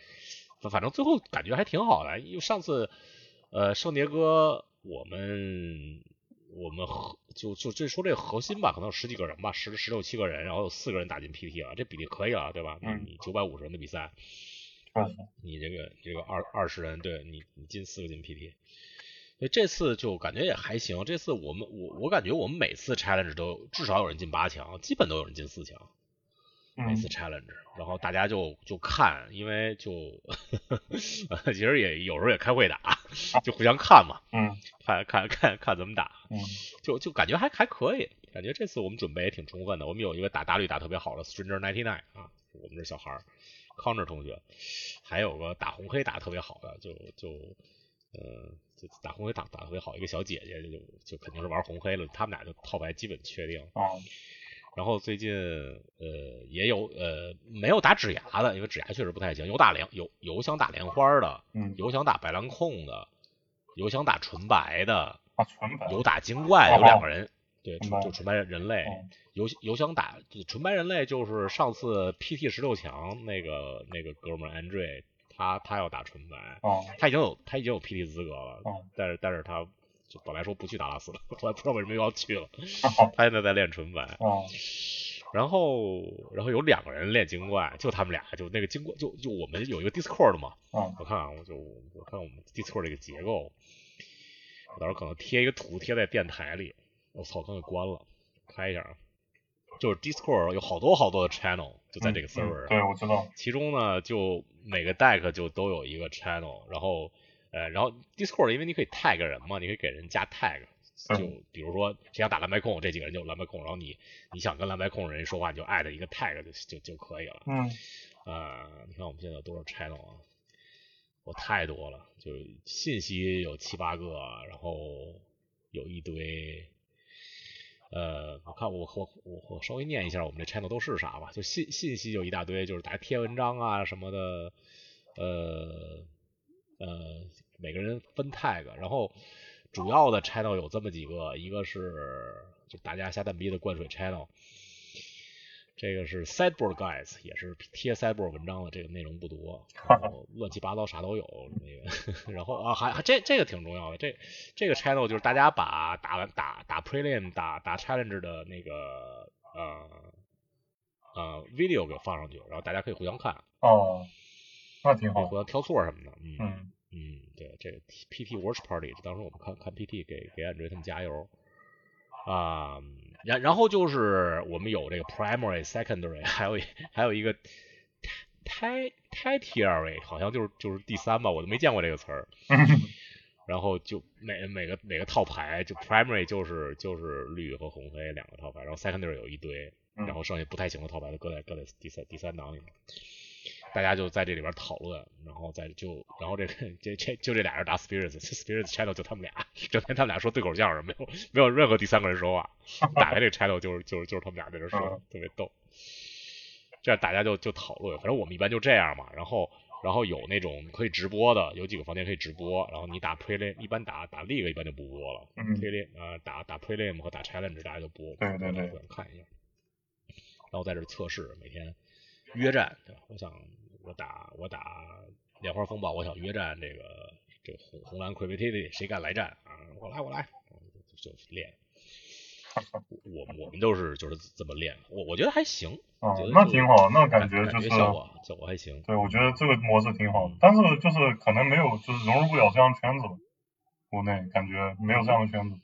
B: 反正最后感觉还挺好的，因为上次呃圣迭戈我们。我们核就就这说这个核心吧，可能有十几个人吧，十十六七个人，然后有四个人打进 PT 了，这比例可以了，对吧？你
D: 嗯
B: 你九百五十人的比赛，
D: 确实，
B: 你这个这个二二十人，对你你进四个进 PT，所以这次就感觉也还行。这次我们我我感觉我们每次 challenge 都至少有人进八强，基本都有人进四强。每次
D: 嗯，
B: challenge，然后大家就就看，因为就 其实也有时候也开会打，就互相看嘛，
D: 嗯
B: 看看看看怎么打，
D: 嗯
B: 就就感觉还还可以，感觉这次我们准备也挺充分的。我们有一个打打率打特别好的 Stranger Ninety Nine 啊，我们这小孩儿康 o 同学，还有个打红黑打特别好的，就就呃，就打红黑打打特别好，一个小姐姐就就肯定是玩红黑了，他们俩就套牌基本确定。
D: 啊
B: 然后最近呃也有呃没有打指牙的，因为指牙确实不太行，有打莲有有想打莲花的，
D: 嗯，
B: 有想打白兰控的，有想打纯白的，
D: 啊纯白，
B: 有打精怪的，
D: 哦
B: 有两个人，对，
D: 纯
B: 纯
D: 白
B: 就纯白人类
D: 哦，
B: 有有想打就纯白人类，就是上次 PT 十六强那个那个哥们儿 Andre，他他要打纯白，
D: 啊
B: 他已经有他已经有 PT 资格了，
D: 哦
B: 但是但是他就本来说不去达拉斯了，后来不知道为什么又要去了，
D: 啊
B: 他现在在练纯白，
D: 啊
B: 然后，然后有两个人练精怪，就他们俩，就那个精怪，就就我们有一个 Discord 嘛，
D: 啊
B: 我看啊，我就我看我们 Discord 这个结构，我到时候可能贴一个图贴在电台里。我操，刚给关了，开一下啊。就是 Discord 有好多好多的 channel，就 在这个
D: 嗯
B: server 上。
D: 嗯对，我知道，
B: 其中呢，就每个 deck 就都有一个 channel，然后呃，然后 Discord 因为你可以 tag 人嘛，你可以给人加 tag，
D: 嗯
B: 就比如说谁想打蓝白控，这几个人就蓝白控，然后你你想跟蓝白控人说话，你就艾特一个 tag 就就就可以了。
D: 嗯
B: 呃，你看我们现在有多少 channel 啊？我太多了，就信息有七八个，啊然后有一堆。呃，我看我我我我稍微念一下我们这 channel 都是啥吧，就信信息有一大堆，就是大家贴文章啊什么的，呃呃，每个人分 tag，然后主要的 channel 有这么几个，一个是就大家下蛋逼的灌水 channel，这个是 Sideboard Guys，也是贴 Sideboard 文章的，这个内容不多，然后乱七八糟啥都有。那个， 然后啊，还还这这个挺重要的，这这个 channel 就是大家把打完打打 prelim 打打 challenge 的那个呃呃 video 给放上去，然后大家可以互相看，
D: 哦，那挺
B: 可以
D: 好，
B: 互相挑错什么的，嗯
D: 嗯
B: 嗯，对，这个 PT Watch Party，当时我们看看 PT 给给 Andre 他们加油啊，然、然后就是我们有这个 Primary、Secondary，还有一还有一个 Ti Ti Tiary，好像就是就是第三吧，我都没见过这个词儿。 然后就每每个每个套牌，就 Primary 就是就是绿和红黑两个套牌，然后 Secondary 有一堆，
D: 嗯
B: 然后剩下不太行的套牌都搁在搁在第三第三档里面。大家就在这里边讨论，然后再就，然后这个这这就这俩人打 Spirits，Spirits channel 就他们俩，整天他们俩说对口相声，没有没有任何第三个人说话。打开这个 channel 就是就是就是他们俩在这说
D: 嗯，
B: 特别逗。这样大家就就讨论，反正我们一般就这样嘛。然后然后有那种可以直播的，有几个房间可以直播。然后你打 prelim，一般打打 league 一般就不播了。
D: 嗯
B: prelim 呃打打 prelim 和打 challenge 大家就播，
D: 对对对
B: 互相看一下。然后在这测试，每天约战，对吧？我想我打我打莲花风暴，我想约战这个这个红红蓝 c r e a t i v i t y 谁敢来战啊？我来我来，就就练。我我们都是就是这么练，我我觉得还行，
D: 啊
B: 觉得，
D: 那
B: 就
D: 挺好，那
B: 感
D: 感觉就是
B: 效果嗯效果还行。
D: 对，我觉得这个模式挺好的，但是就是可能没有，就是融入不了这样的圈子吧。国内感觉没有这样的圈子。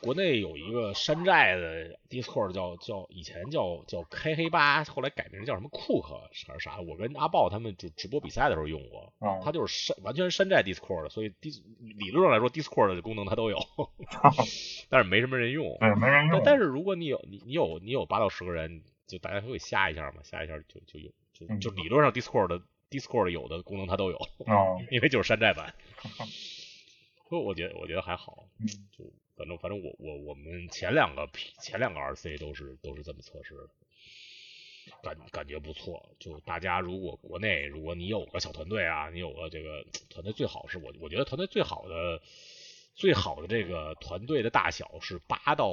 B: 国内有一个山寨的 Discord 叫叫以前叫叫开黑吧，后来改名叫什么 Cook 还是啥？我跟阿豹他们就直播比赛的时候用过，
D: 啊
B: 它就是山完全是山寨 Discord，所以 dis 理论上来说 Discord 的功能它 都有，但是没什么人用。
D: 对，哦没
B: 但
D: 人用。
B: 但是如果你有你你有你有八到十个人，就大家会下一下嘛，下一下就就有就
D: 嗯
B: 就理论上 Discord 的 Discord 有的功能它都有，
D: 啊，
B: 因为就是山寨版。所以我觉得我觉得还好，
D: 嗯
B: 就反正反正我我我们前两个 P 前两个 RC 都是都是这么测试的，感感觉不错。就大家如果国内如果你有个小团队啊，你有个这个团队最好是我我觉得团队最好的最好的这个团队的大小是八到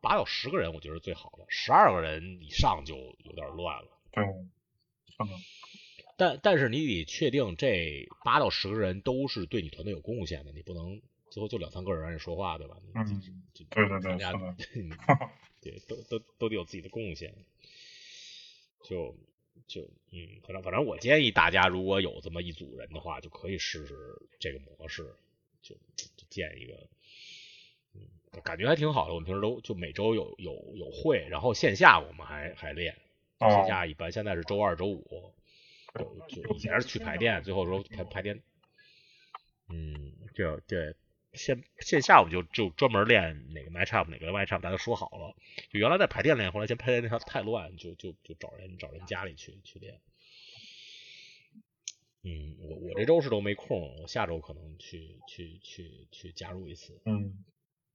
B: 八到十个人，我觉得是最好的，十二个人以上就有点乱了。
D: 对，是的，
B: 但但是你得确定这八到十个人都是对你团队有贡献的，你不能最后就两三个人让你说话，对吧？你
D: 嗯
B: 这，这
D: 对对对
B: 大家
D: 是 的
B: 对，都都都得有自己的贡献，就就嗯，反正反正我建议大家如果有这么一组人的话，就可以试试这个模式，就就建一个，嗯，感觉还挺好的。我们平时都就每周有有有会，然后线下我们还还练，线
D: 哦，
B: 下一般现在是周二周五，就就以前是去排练，最后说排排练，嗯，这这线线下我们就就专门练哪个 matchup 哪个 matchup，大家说好了。就原来在排店练，后来嫌排店那条太乱，就就就找人找人家里去去练。嗯，我我这周是都没空，我下周可能去去去去加入一次。
D: 嗯，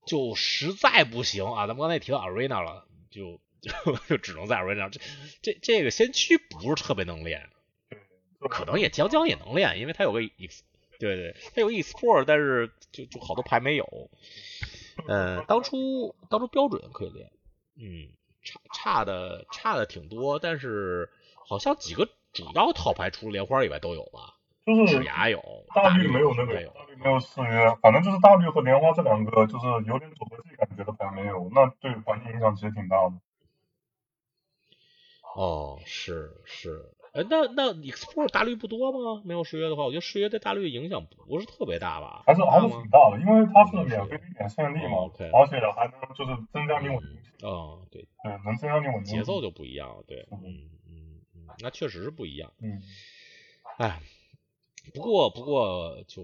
B: 就实在不行啊，咱们刚才也提到 Arena 了，就 就就只能在 Arena 上。这这这个先驱不是特别能练，
D: 嗯
B: 可能也将将也能练，因为它有个 ex，对对，它有个 explore，但是就就好多牌没有。呃，当初当初标准可以练，嗯，差差的差的挺多，但是好像几个主要套牌除了莲花以外都有吧，
D: 就是
B: 指牙有，
D: 嗯大绿没有那
B: 没
D: 个，
B: 有，
D: 大绿没有四约，反正就是大绿和莲花这两个就是有点组合技感觉的牌没有，那对环境影响其实挺大的。
B: 哦，是是，哎，那那 explore 大绿不多吗？没有失约的话，我觉得失约对大绿影响不是特别大吧？
D: 还是还是
B: 大吗
D: 挺大的，因为它
B: 嗯
D: 是免费一点限力
B: 哦
D: 嘛
B: ，OK，
D: 而且还能就是增加你稳定性，
B: 嗯哦，对，
D: 对，能增加你稳定性
B: 节奏就不一样了，对，
D: 嗯
B: 嗯嗯嗯，那确实是不一样。
D: 嗯，
B: 哎，不过不过就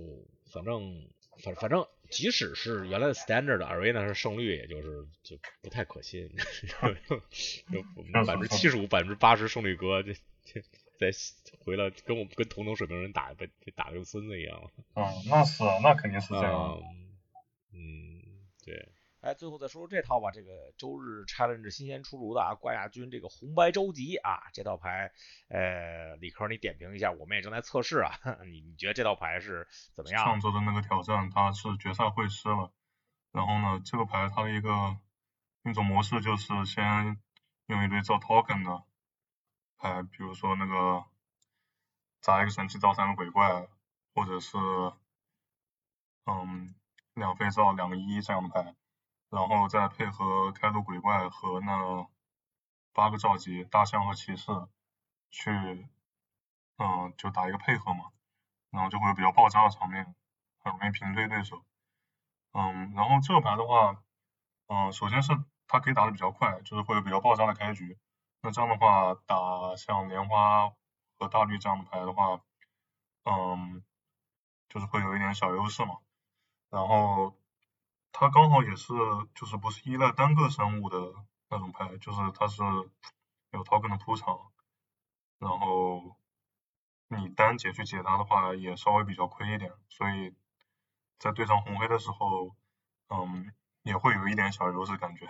B: 反正反反正，即使是原来的 standard 的 arena 是胜率，也就是就不太可信， 就百分之七十五、百分之八十胜率哥，这这再回来跟我跟同等水平人打，被被打的跟孙子一样。
D: 嗯，那是啊，那肯定是这样。
B: 嗯嗯，对，
E: 哎，最后再说说这套吧，这个周日 challenge 新鲜出炉的啊，冠亚军这个红白周集啊，这套牌，呃，理科你点评一下，我们也正在测试啊， 你你觉得这套牌是怎么
D: 上
E: 样？
D: 周的那个挑战，它是决赛会师了，然后呢，这个牌它的一个运作模式就是先用一堆造 token 的牌，比如说那个砸一个神器造三个鬼怪，或者是嗯两费造两个一这样的牌，然后再配合开路鬼怪和那八个召集大象和骑士去嗯就打一个配合嘛。然后就会有比较爆炸的场面，很容易平推对手。嗯，然后这个牌的话，嗯、首先是它可以打得比较快，就是会有比较爆炸的开局。那这样的话，打像莲花和大绿这样的牌的话，嗯，就是会有一点小优势嘛。然后它刚好也是，就是不是依赖单个生物的那种牌，就是它是有 token 的铺场，然后你单解去解它的话也稍微比较亏一点，所以在对上红黑的时候，嗯，也会有一点小优势感觉。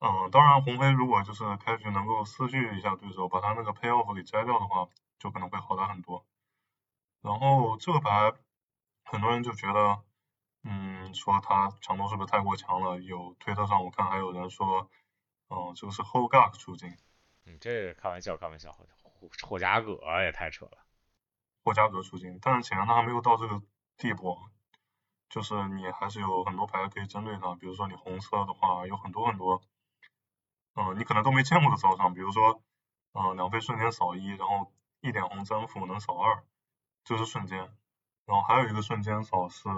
D: 嗯，当然红黑如果就是开局能够撕去一下对手，把他那个 payoff 给摘掉的话，就可能会好打很多。然后这个牌，很多人就觉得，嗯，说他强度是不是太过强了？有推特上我看还有人说，嗯，这个是后 g a 出镜。
E: 嗯，这开玩笑，开玩笑，霍霍家葛也太扯了。
D: 霍加格出金，但是显然他还没有到这个地步，啊就是你还是有很多牌可以针对他，比如说你红色的话，有很多很多，嗯、你可能都没见过的招商，比如说，嗯、两费瞬间扫一，然后一点红增幅能扫二，这是瞬间，然后还有一个瞬间扫是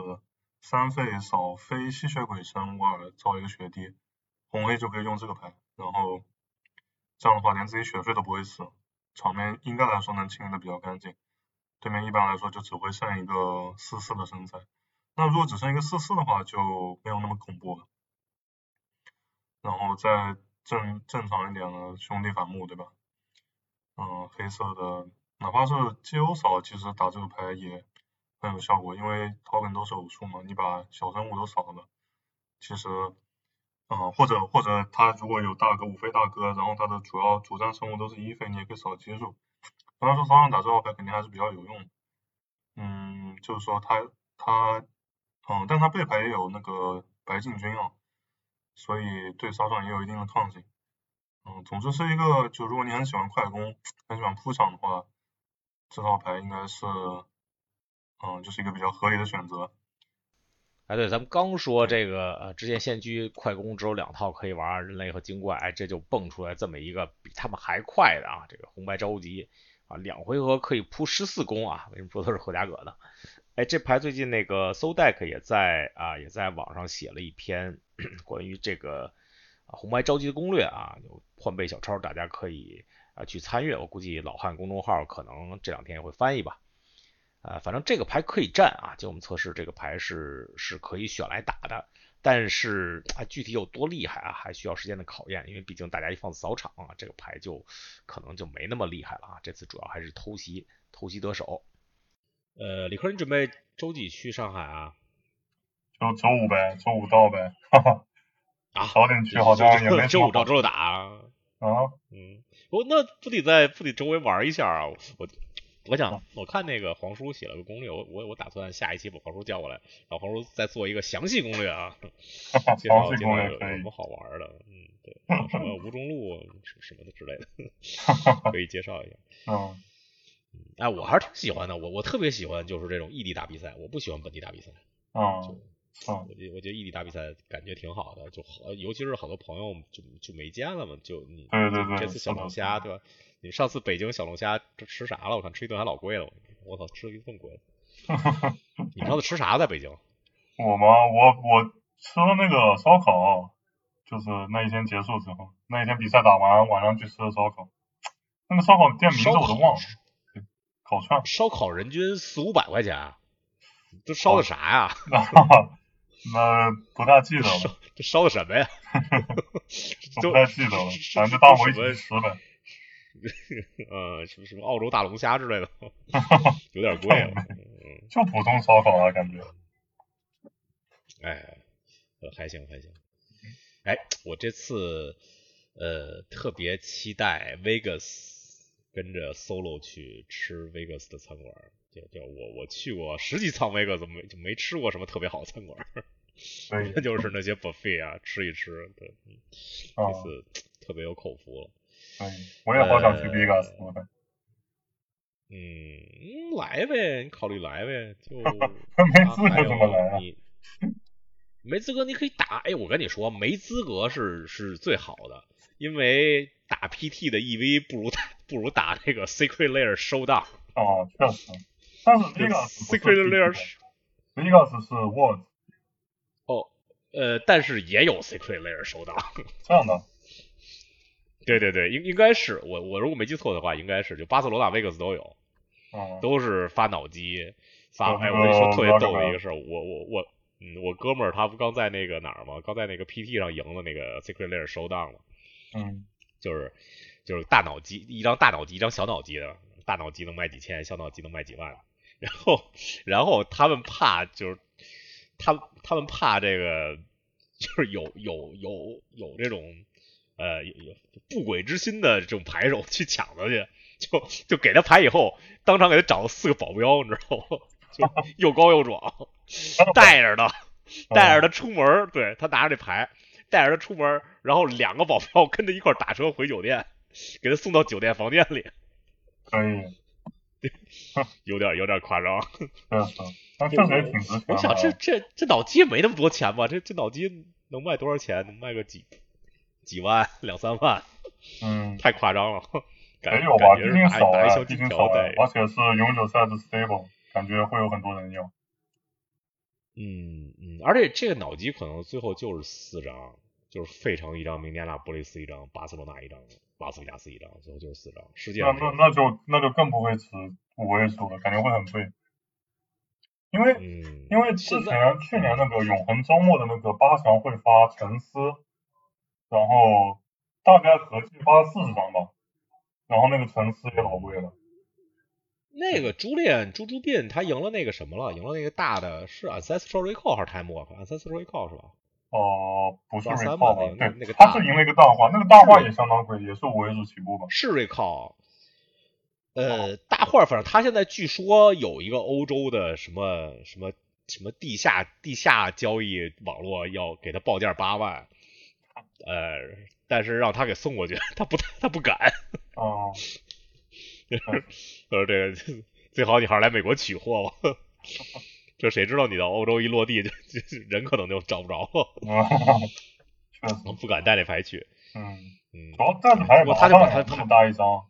D: 三费扫非吸血鬼生物二，造一个血滴，红黑就可以用这个牌，然后这样的话连自己血费都不会死，场面应该来说能清理的比较干净。对面一般来说就只会剩一个四四的身材。那如果只剩一个四四的话，就没有那么恐怖了。然后再正正常一点的兄弟反目，对吧？嗯，黑色的哪怕是 GO 扫，其实打这个牌也很有效果，因为 token 都是偶数嘛，你把小生物都扫了，其实，嗯，或者或者他如果有大哥五费大哥，然后他的主要主战生物都是一费，你也可以扫奇数。当然说骚上打这套牌肯定还是比较有用的。嗯，就是说他他，嗯，但他背牌也有那个白进军啊，所以对骚上也有一定的抗性。嗯，总之是一个，就如果你很喜欢快攻，很喜欢扑场的话，这套牌应该是，嗯，就是一个比较合理的选择。
B: 哎，对，咱们刚说这个呃，之前限居快攻只有两套可以玩，人类和精怪，哎，这就蹦出来这么一个比他们还快的啊，这个红白召集啊，两回合可以扑十四攻啊，为什么说都是霍家葛呢？哎，这牌最近那个 So Deck 也在啊，也在网上写了一篇 关于这个、啊红白召集的攻略啊，有换背小抄，大家可以啊去参阅。我估计老汉公众号可能这两天也会翻译吧。啊，反正这个牌可以占啊，就我们测试这个牌是是可以选来打的，但是啊具体有多厉害啊，还需要时间的考验，因为毕竟大家一放扫场啊，这个牌就可能就没那么厉害了啊。这次主要还是偷袭，偷袭得手。呃，李科，你准备周几去上海啊？
D: 就周五呗，周五到呗，哈哈，
B: 啊，
D: 早点去好像也没什
B: 周
D: 么
B: 五到周六打啊。
D: 啊，
B: 嗯，我那不得在不得周围玩一下啊！我我我
D: 哦
B: 想我看那个黄叔写了个攻略，我我我打算下一期把黄叔叫过来，然后黄叔再做一个详细攻略 啊，介
D: 详
B: 绍
D: 细
B: 介
D: 攻
B: 绍
D: 略
B: 有有
D: 可
B: 什
D: 以
B: 么好玩的，嗯， 对，什么吴中路什么什么的之类的，可以介绍一下。
D: 嗯。
B: 哎，我还是挺喜欢的，我我特别喜欢就是这种异地打比赛，我不喜欢本地打比赛。
D: 嗯，嗯
B: 我觉得我觉得异地打比赛感觉挺好的，就好，尤其是好多朋友就就没见了嘛，就你
D: 对对
B: 就
D: 对
B: 这次小龙虾对吧？你们上次北京小龙虾这吃啥了？我看吃一顿还老贵了，我操，吃了一顿贵 了。你们上次吃啥在北京？
D: 我吗？我我吃了那个烧烤，就是那一天结束之后，那一天比赛打完，晚上去吃的烧烤。那个烧烤店名字我都忘了，烤串。
B: 烧烤人均四五百块钱啊，这烧的啥呀？
D: 那不大哦记得了，
B: 烧这烧的什么呀？
D: 我
B: 都
D: 不太记得了
B: 是是，
D: 反正就大伙
B: 是
D: 一起吃呗。
B: 呃，什么什么澳洲大龙虾之 类的，有点贵了。嗯
D: 就普通烧烤啊，感觉。
B: 哎，呃，还行还行。哎，我这次呃特别期待 Vegas 跟着 Solo 去吃 Vegas 的餐馆儿，就就我我去过十几趟 Vegas 没就没吃过什么特别好的餐馆儿，
D: 所以
B: 那就是那些 buffet 啊，吃一吃。对，嗯这，
D: 啊
B: 次特别有口福了。
D: 所以我也好想去
B: 呃
D: Vegas 我的，
B: 嗯，嗯来呗，你考虑来呗，就
D: 没
B: 啊
D: 资格
B: 还
D: 怎
B: 有
D: 么来啊？
B: 你没资格，你可以打。哎，我跟你说，没资格是是最好的，因为打 PT 的 EV 不如打不如打这个 Secret Layer 收档。
D: 啊，确实。但是
B: 哎这
D: Vegas 啊不是
B: Secret Layer
D: PG
B: 是
D: 的，Vegas 是 World
B: 哦，呃，但是也有 Secret Layer 收档。
D: 这样的。
B: 对对对，应应该是我我如果没记错的话，应该是就巴塞罗那、维克斯都有，
D: 嗯，
B: 都是发脑机发。
D: 哦
B: 哎，
D: 那
B: 我跟你说
D: 个
B: 特别逗的
D: Rockman
B: 一个事儿，我我我，嗯，我哥们儿他不刚在那个哪儿吗？刚在那个 PT 上赢了那个 Secret Layer 收档吗？
D: 嗯，
B: 就是就是大脑机一张大脑机一张小脑机的，大脑机能卖几千，小脑机能卖几万。然后然后他们怕就是他们他们怕这个就是有有有有这种呃有有不轨之心的这种牌手去抢他去，就就给他牌以后，当场给他找了四个保镖，你知道吗？ 就又高又壮，带着他。带着他出门儿，对他拿着这牌，带着他出门儿，然后两个保镖跟他一块儿打车回酒店，给他送到酒店房间里，
D: 可以，
B: 有点有点夸张。啊
D: 确实，但确实也挺值钱的。
B: 我想这这这脑机也没那么多钱吧？这这脑机能卖多少钱？能卖个几几万、两三万？
D: 嗯，
B: 太夸张了，感
D: 也有吧，
B: 感觉
D: 哎毕
B: 是
D: 竟
B: 拿
D: 少
B: 拿一
D: 呀，
B: 小
D: 毕
B: 金
D: 竟
B: 条
D: 少呀
B: 带，。
D: 而且是永久赛制 stable，感觉会有很多人要。
B: 嗯嗯，而且这个脑机可能最后就是四张，就是费城一张，明尼阿拉波利斯一张，巴塞罗那一张，拉斯维加斯一张，最后就是四张。世界
D: 那
B: 上只
D: 那
B: 有
D: 那就那就更不会值五位数了，感觉会很贵。因为
B: 嗯，
D: 因为之
B: 现在
D: 前去年那个永恒周末的那个八强会发沉思，然后大概合计发四十张吧，然后那个沉思也老贵了。
B: 那个朱炼猪猪病，他赢了那个什么了？赢了那个大的是 Ancestral Recall 还是 Time Walk？Ancestral Recall 是吧？
D: 哦、不是
B: 八三吧
D: recall 吧？
B: 那个那
D: 对
B: 个，
D: 他
B: 大
D: 是赢了一个大话，那个大话
B: 是
D: 也相当贵，也是五位数起 步吧。
B: 是 Recall。呃，大画儿，反正他现在据说有一个欧洲的什么什么什么地下地下交易网络要给他报价八万，
D: 啊
B: 呃，但是让他给送过去， 他不他不敢，
D: 哦、
B: 他说这个最好你还是来美国取货吧。这谁知道你到欧洲一落地就就就人可能就找不着了，
D: 啊， 确实，
B: 我不敢带这牌去。
D: 嗯，
B: 嗯
D: 主要但是还是
B: 不过
D: 麻
B: 他
D: 烦
B: 就把他
D: 呀，那么大一张，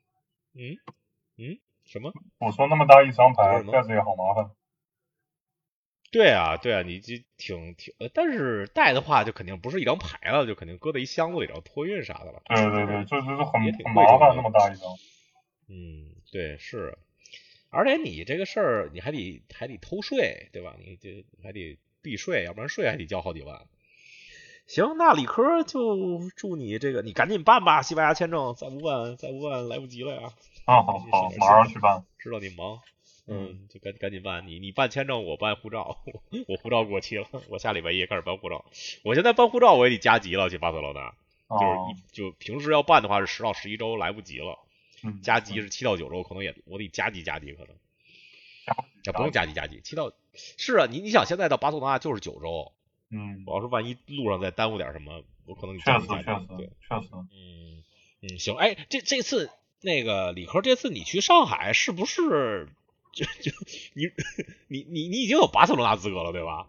B: 嗯嗯，什么？
D: 我说那么大一张牌
B: 不是，能
D: 盖子也好麻烦。
B: 对啊，对啊，你就挺挺，呃但是带的话就肯定不是一张牌了，就肯定搁在一箱子里，然后托运啥的了。
D: 对对对，就是很
B: 也挺
D: 很
B: 贵
D: 麻
B: 重
D: 烦，
B: 的
D: 那么大一张。
B: 嗯，对，是，而且你这个事儿，你还得还得偷税，对吧？你这还得避税，要不然税还得交好几万。行，那理科就祝你这个，你赶紧办吧，西班牙签证再不办，再不办来不及了呀。
D: 嗯，好
B: 是
D: 好
B: 是，
D: 马上去办。
B: 知道你忙，嗯，就赶赶紧办。你你办签证，我办护照，我护照过期了，我下礼拜一也开始办护照。我现在办护照我也得加急了，去巴塞罗那，
D: 啊
B: 就是，一就平时要办的话是十到十一周，来不及了。
D: 嗯
B: 加急是七到九周，可能也我得加急加急，可能这不用加急加急，七到是啊，你你想现在到巴塞罗那就是九周，
D: 嗯，
B: 我要是万一路上再耽误点什么，我可能得
D: 确
B: 加
D: 实
B: 急加
D: 确
B: 急。对
D: 实，确实，
B: 嗯嗯，行，哎，这这次那个李科，这次你去上海是不是就就你你你你已经有巴塞罗那资格了，对吧？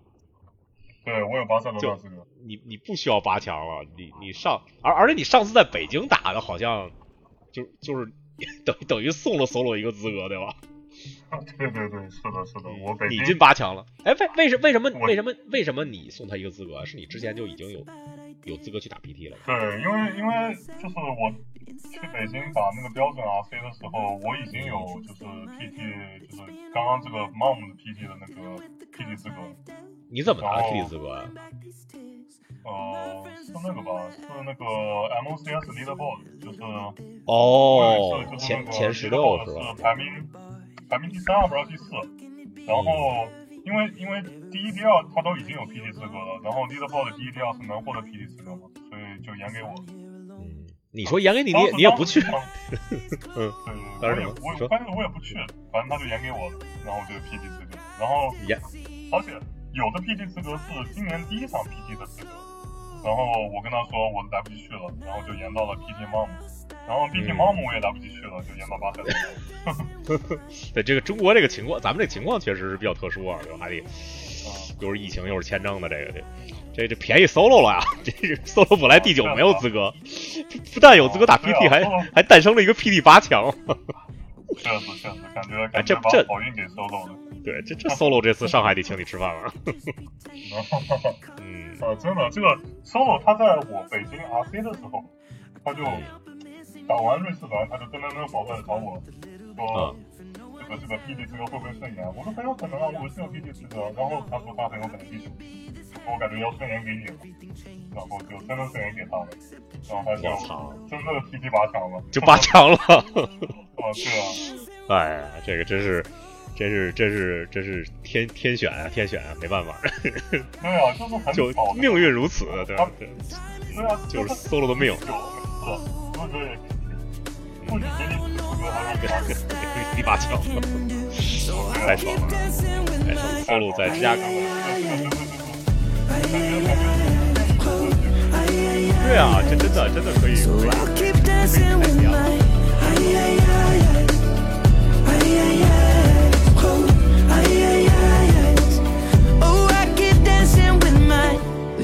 D: 对我有巴塞罗
B: 就
D: 那资格。
B: 你你不需要八强了，你你上，而而且你上次在北京打的好像就就是 等于等于送了 solo 一个资格，对吧？
D: 对对对，是的，是的，我北
B: 你
D: 京
B: 进八强了，哎，为为什为什么
D: 我
B: 为什么为什么你送他一个资格？是你之前就已经有有资格去打 PT 了吗？
D: 对，因为因为就是我去北京打那个标准 RC 的时候，我已经有就是 PT，就是刚刚这个 MOM 的 PT 的那个 PT 资格，
B: 你怎么拿的
D: 哦
B: PT 资格啊？
D: 呃，是那个吧，是那个 MOCS Leaderboard，就是
B: 哦，
D: 就是那
B: 前
D: 个
B: 前十六是吧？
D: 排名排名第三，啊我不知道第四。然后因为因为第一、第二他都已经有 PT 资格了，然后 Leaderboard 第一、第二是能获得 PT 资格嘛，所以就演给我。
B: 嗯，你说演给你，
D: 当
B: 你也
D: 时
B: 你也不去，
D: 当时
B: 嗯，
D: 对，
B: 当
D: 我
B: 时什么你
D: 也我也
B: 说
D: 关键我也不去，反正他就演给我了，然后我就 PT 资格。然后
B: 演
D: 而且有的 PT 资格是今年第一场 PT 的资格，然后我跟他说我来不及去了，然后就延到了 PT mom，然后 PT
B: 嗯
D: mom 我也来不及去了，就延到巴塞罗那。
B: 对这个中国这个情况，咱们这情况确实是比较特殊啊，就还得
D: 啊
B: 又是疫情又是签证的这个这这这便宜 solo 了呀、 这是 solo 本来第九
D: 啊
B: 没有资格，不但有资格打
D: 啊对啊
B: PT，还
D: solo
B: 还诞生了一个 PT 八强。
D: 确实确实，感觉
B: 哎
D: 感
B: 这
D: 觉把
B: 这
D: 好运给收走了。
B: 对，这这 solo 这次上海得请你吃饭了。 嗯
D: 呃，真的，这个 solo 他在我北京 RC 的时候，他就打完瑞士狼，他就噔噔噔跑过来找我，说、
B: 嗯
D: 这个这个 PT 资格会不会顺延？我说很有可能啊，我是有 PT 资格。然后他说他很有可能第九，我说我感觉要顺延给你了，然后就真的顺延给他了，然后他
B: 我操
D: 就真的 PT 拔强了。
B: 就八 强了。
D: 啊，对 啊，
B: 哎呀，这个真是，真是，真是，真是天天选啊，天选啊，没办法，
D: 对啊，就是很
B: 就
D: 巧的，
B: 命运如此，对吧？对
D: 对啊，
B: 就是 solo 的命，嗯
D: 有，是，不是不仅给你资格，还能给他给
B: 第八强，太爽了，太爽了！solo 在芝加哥。
D: 哎
B: 对啊，这真的真的可以，可以太屌了！
A: oh, They're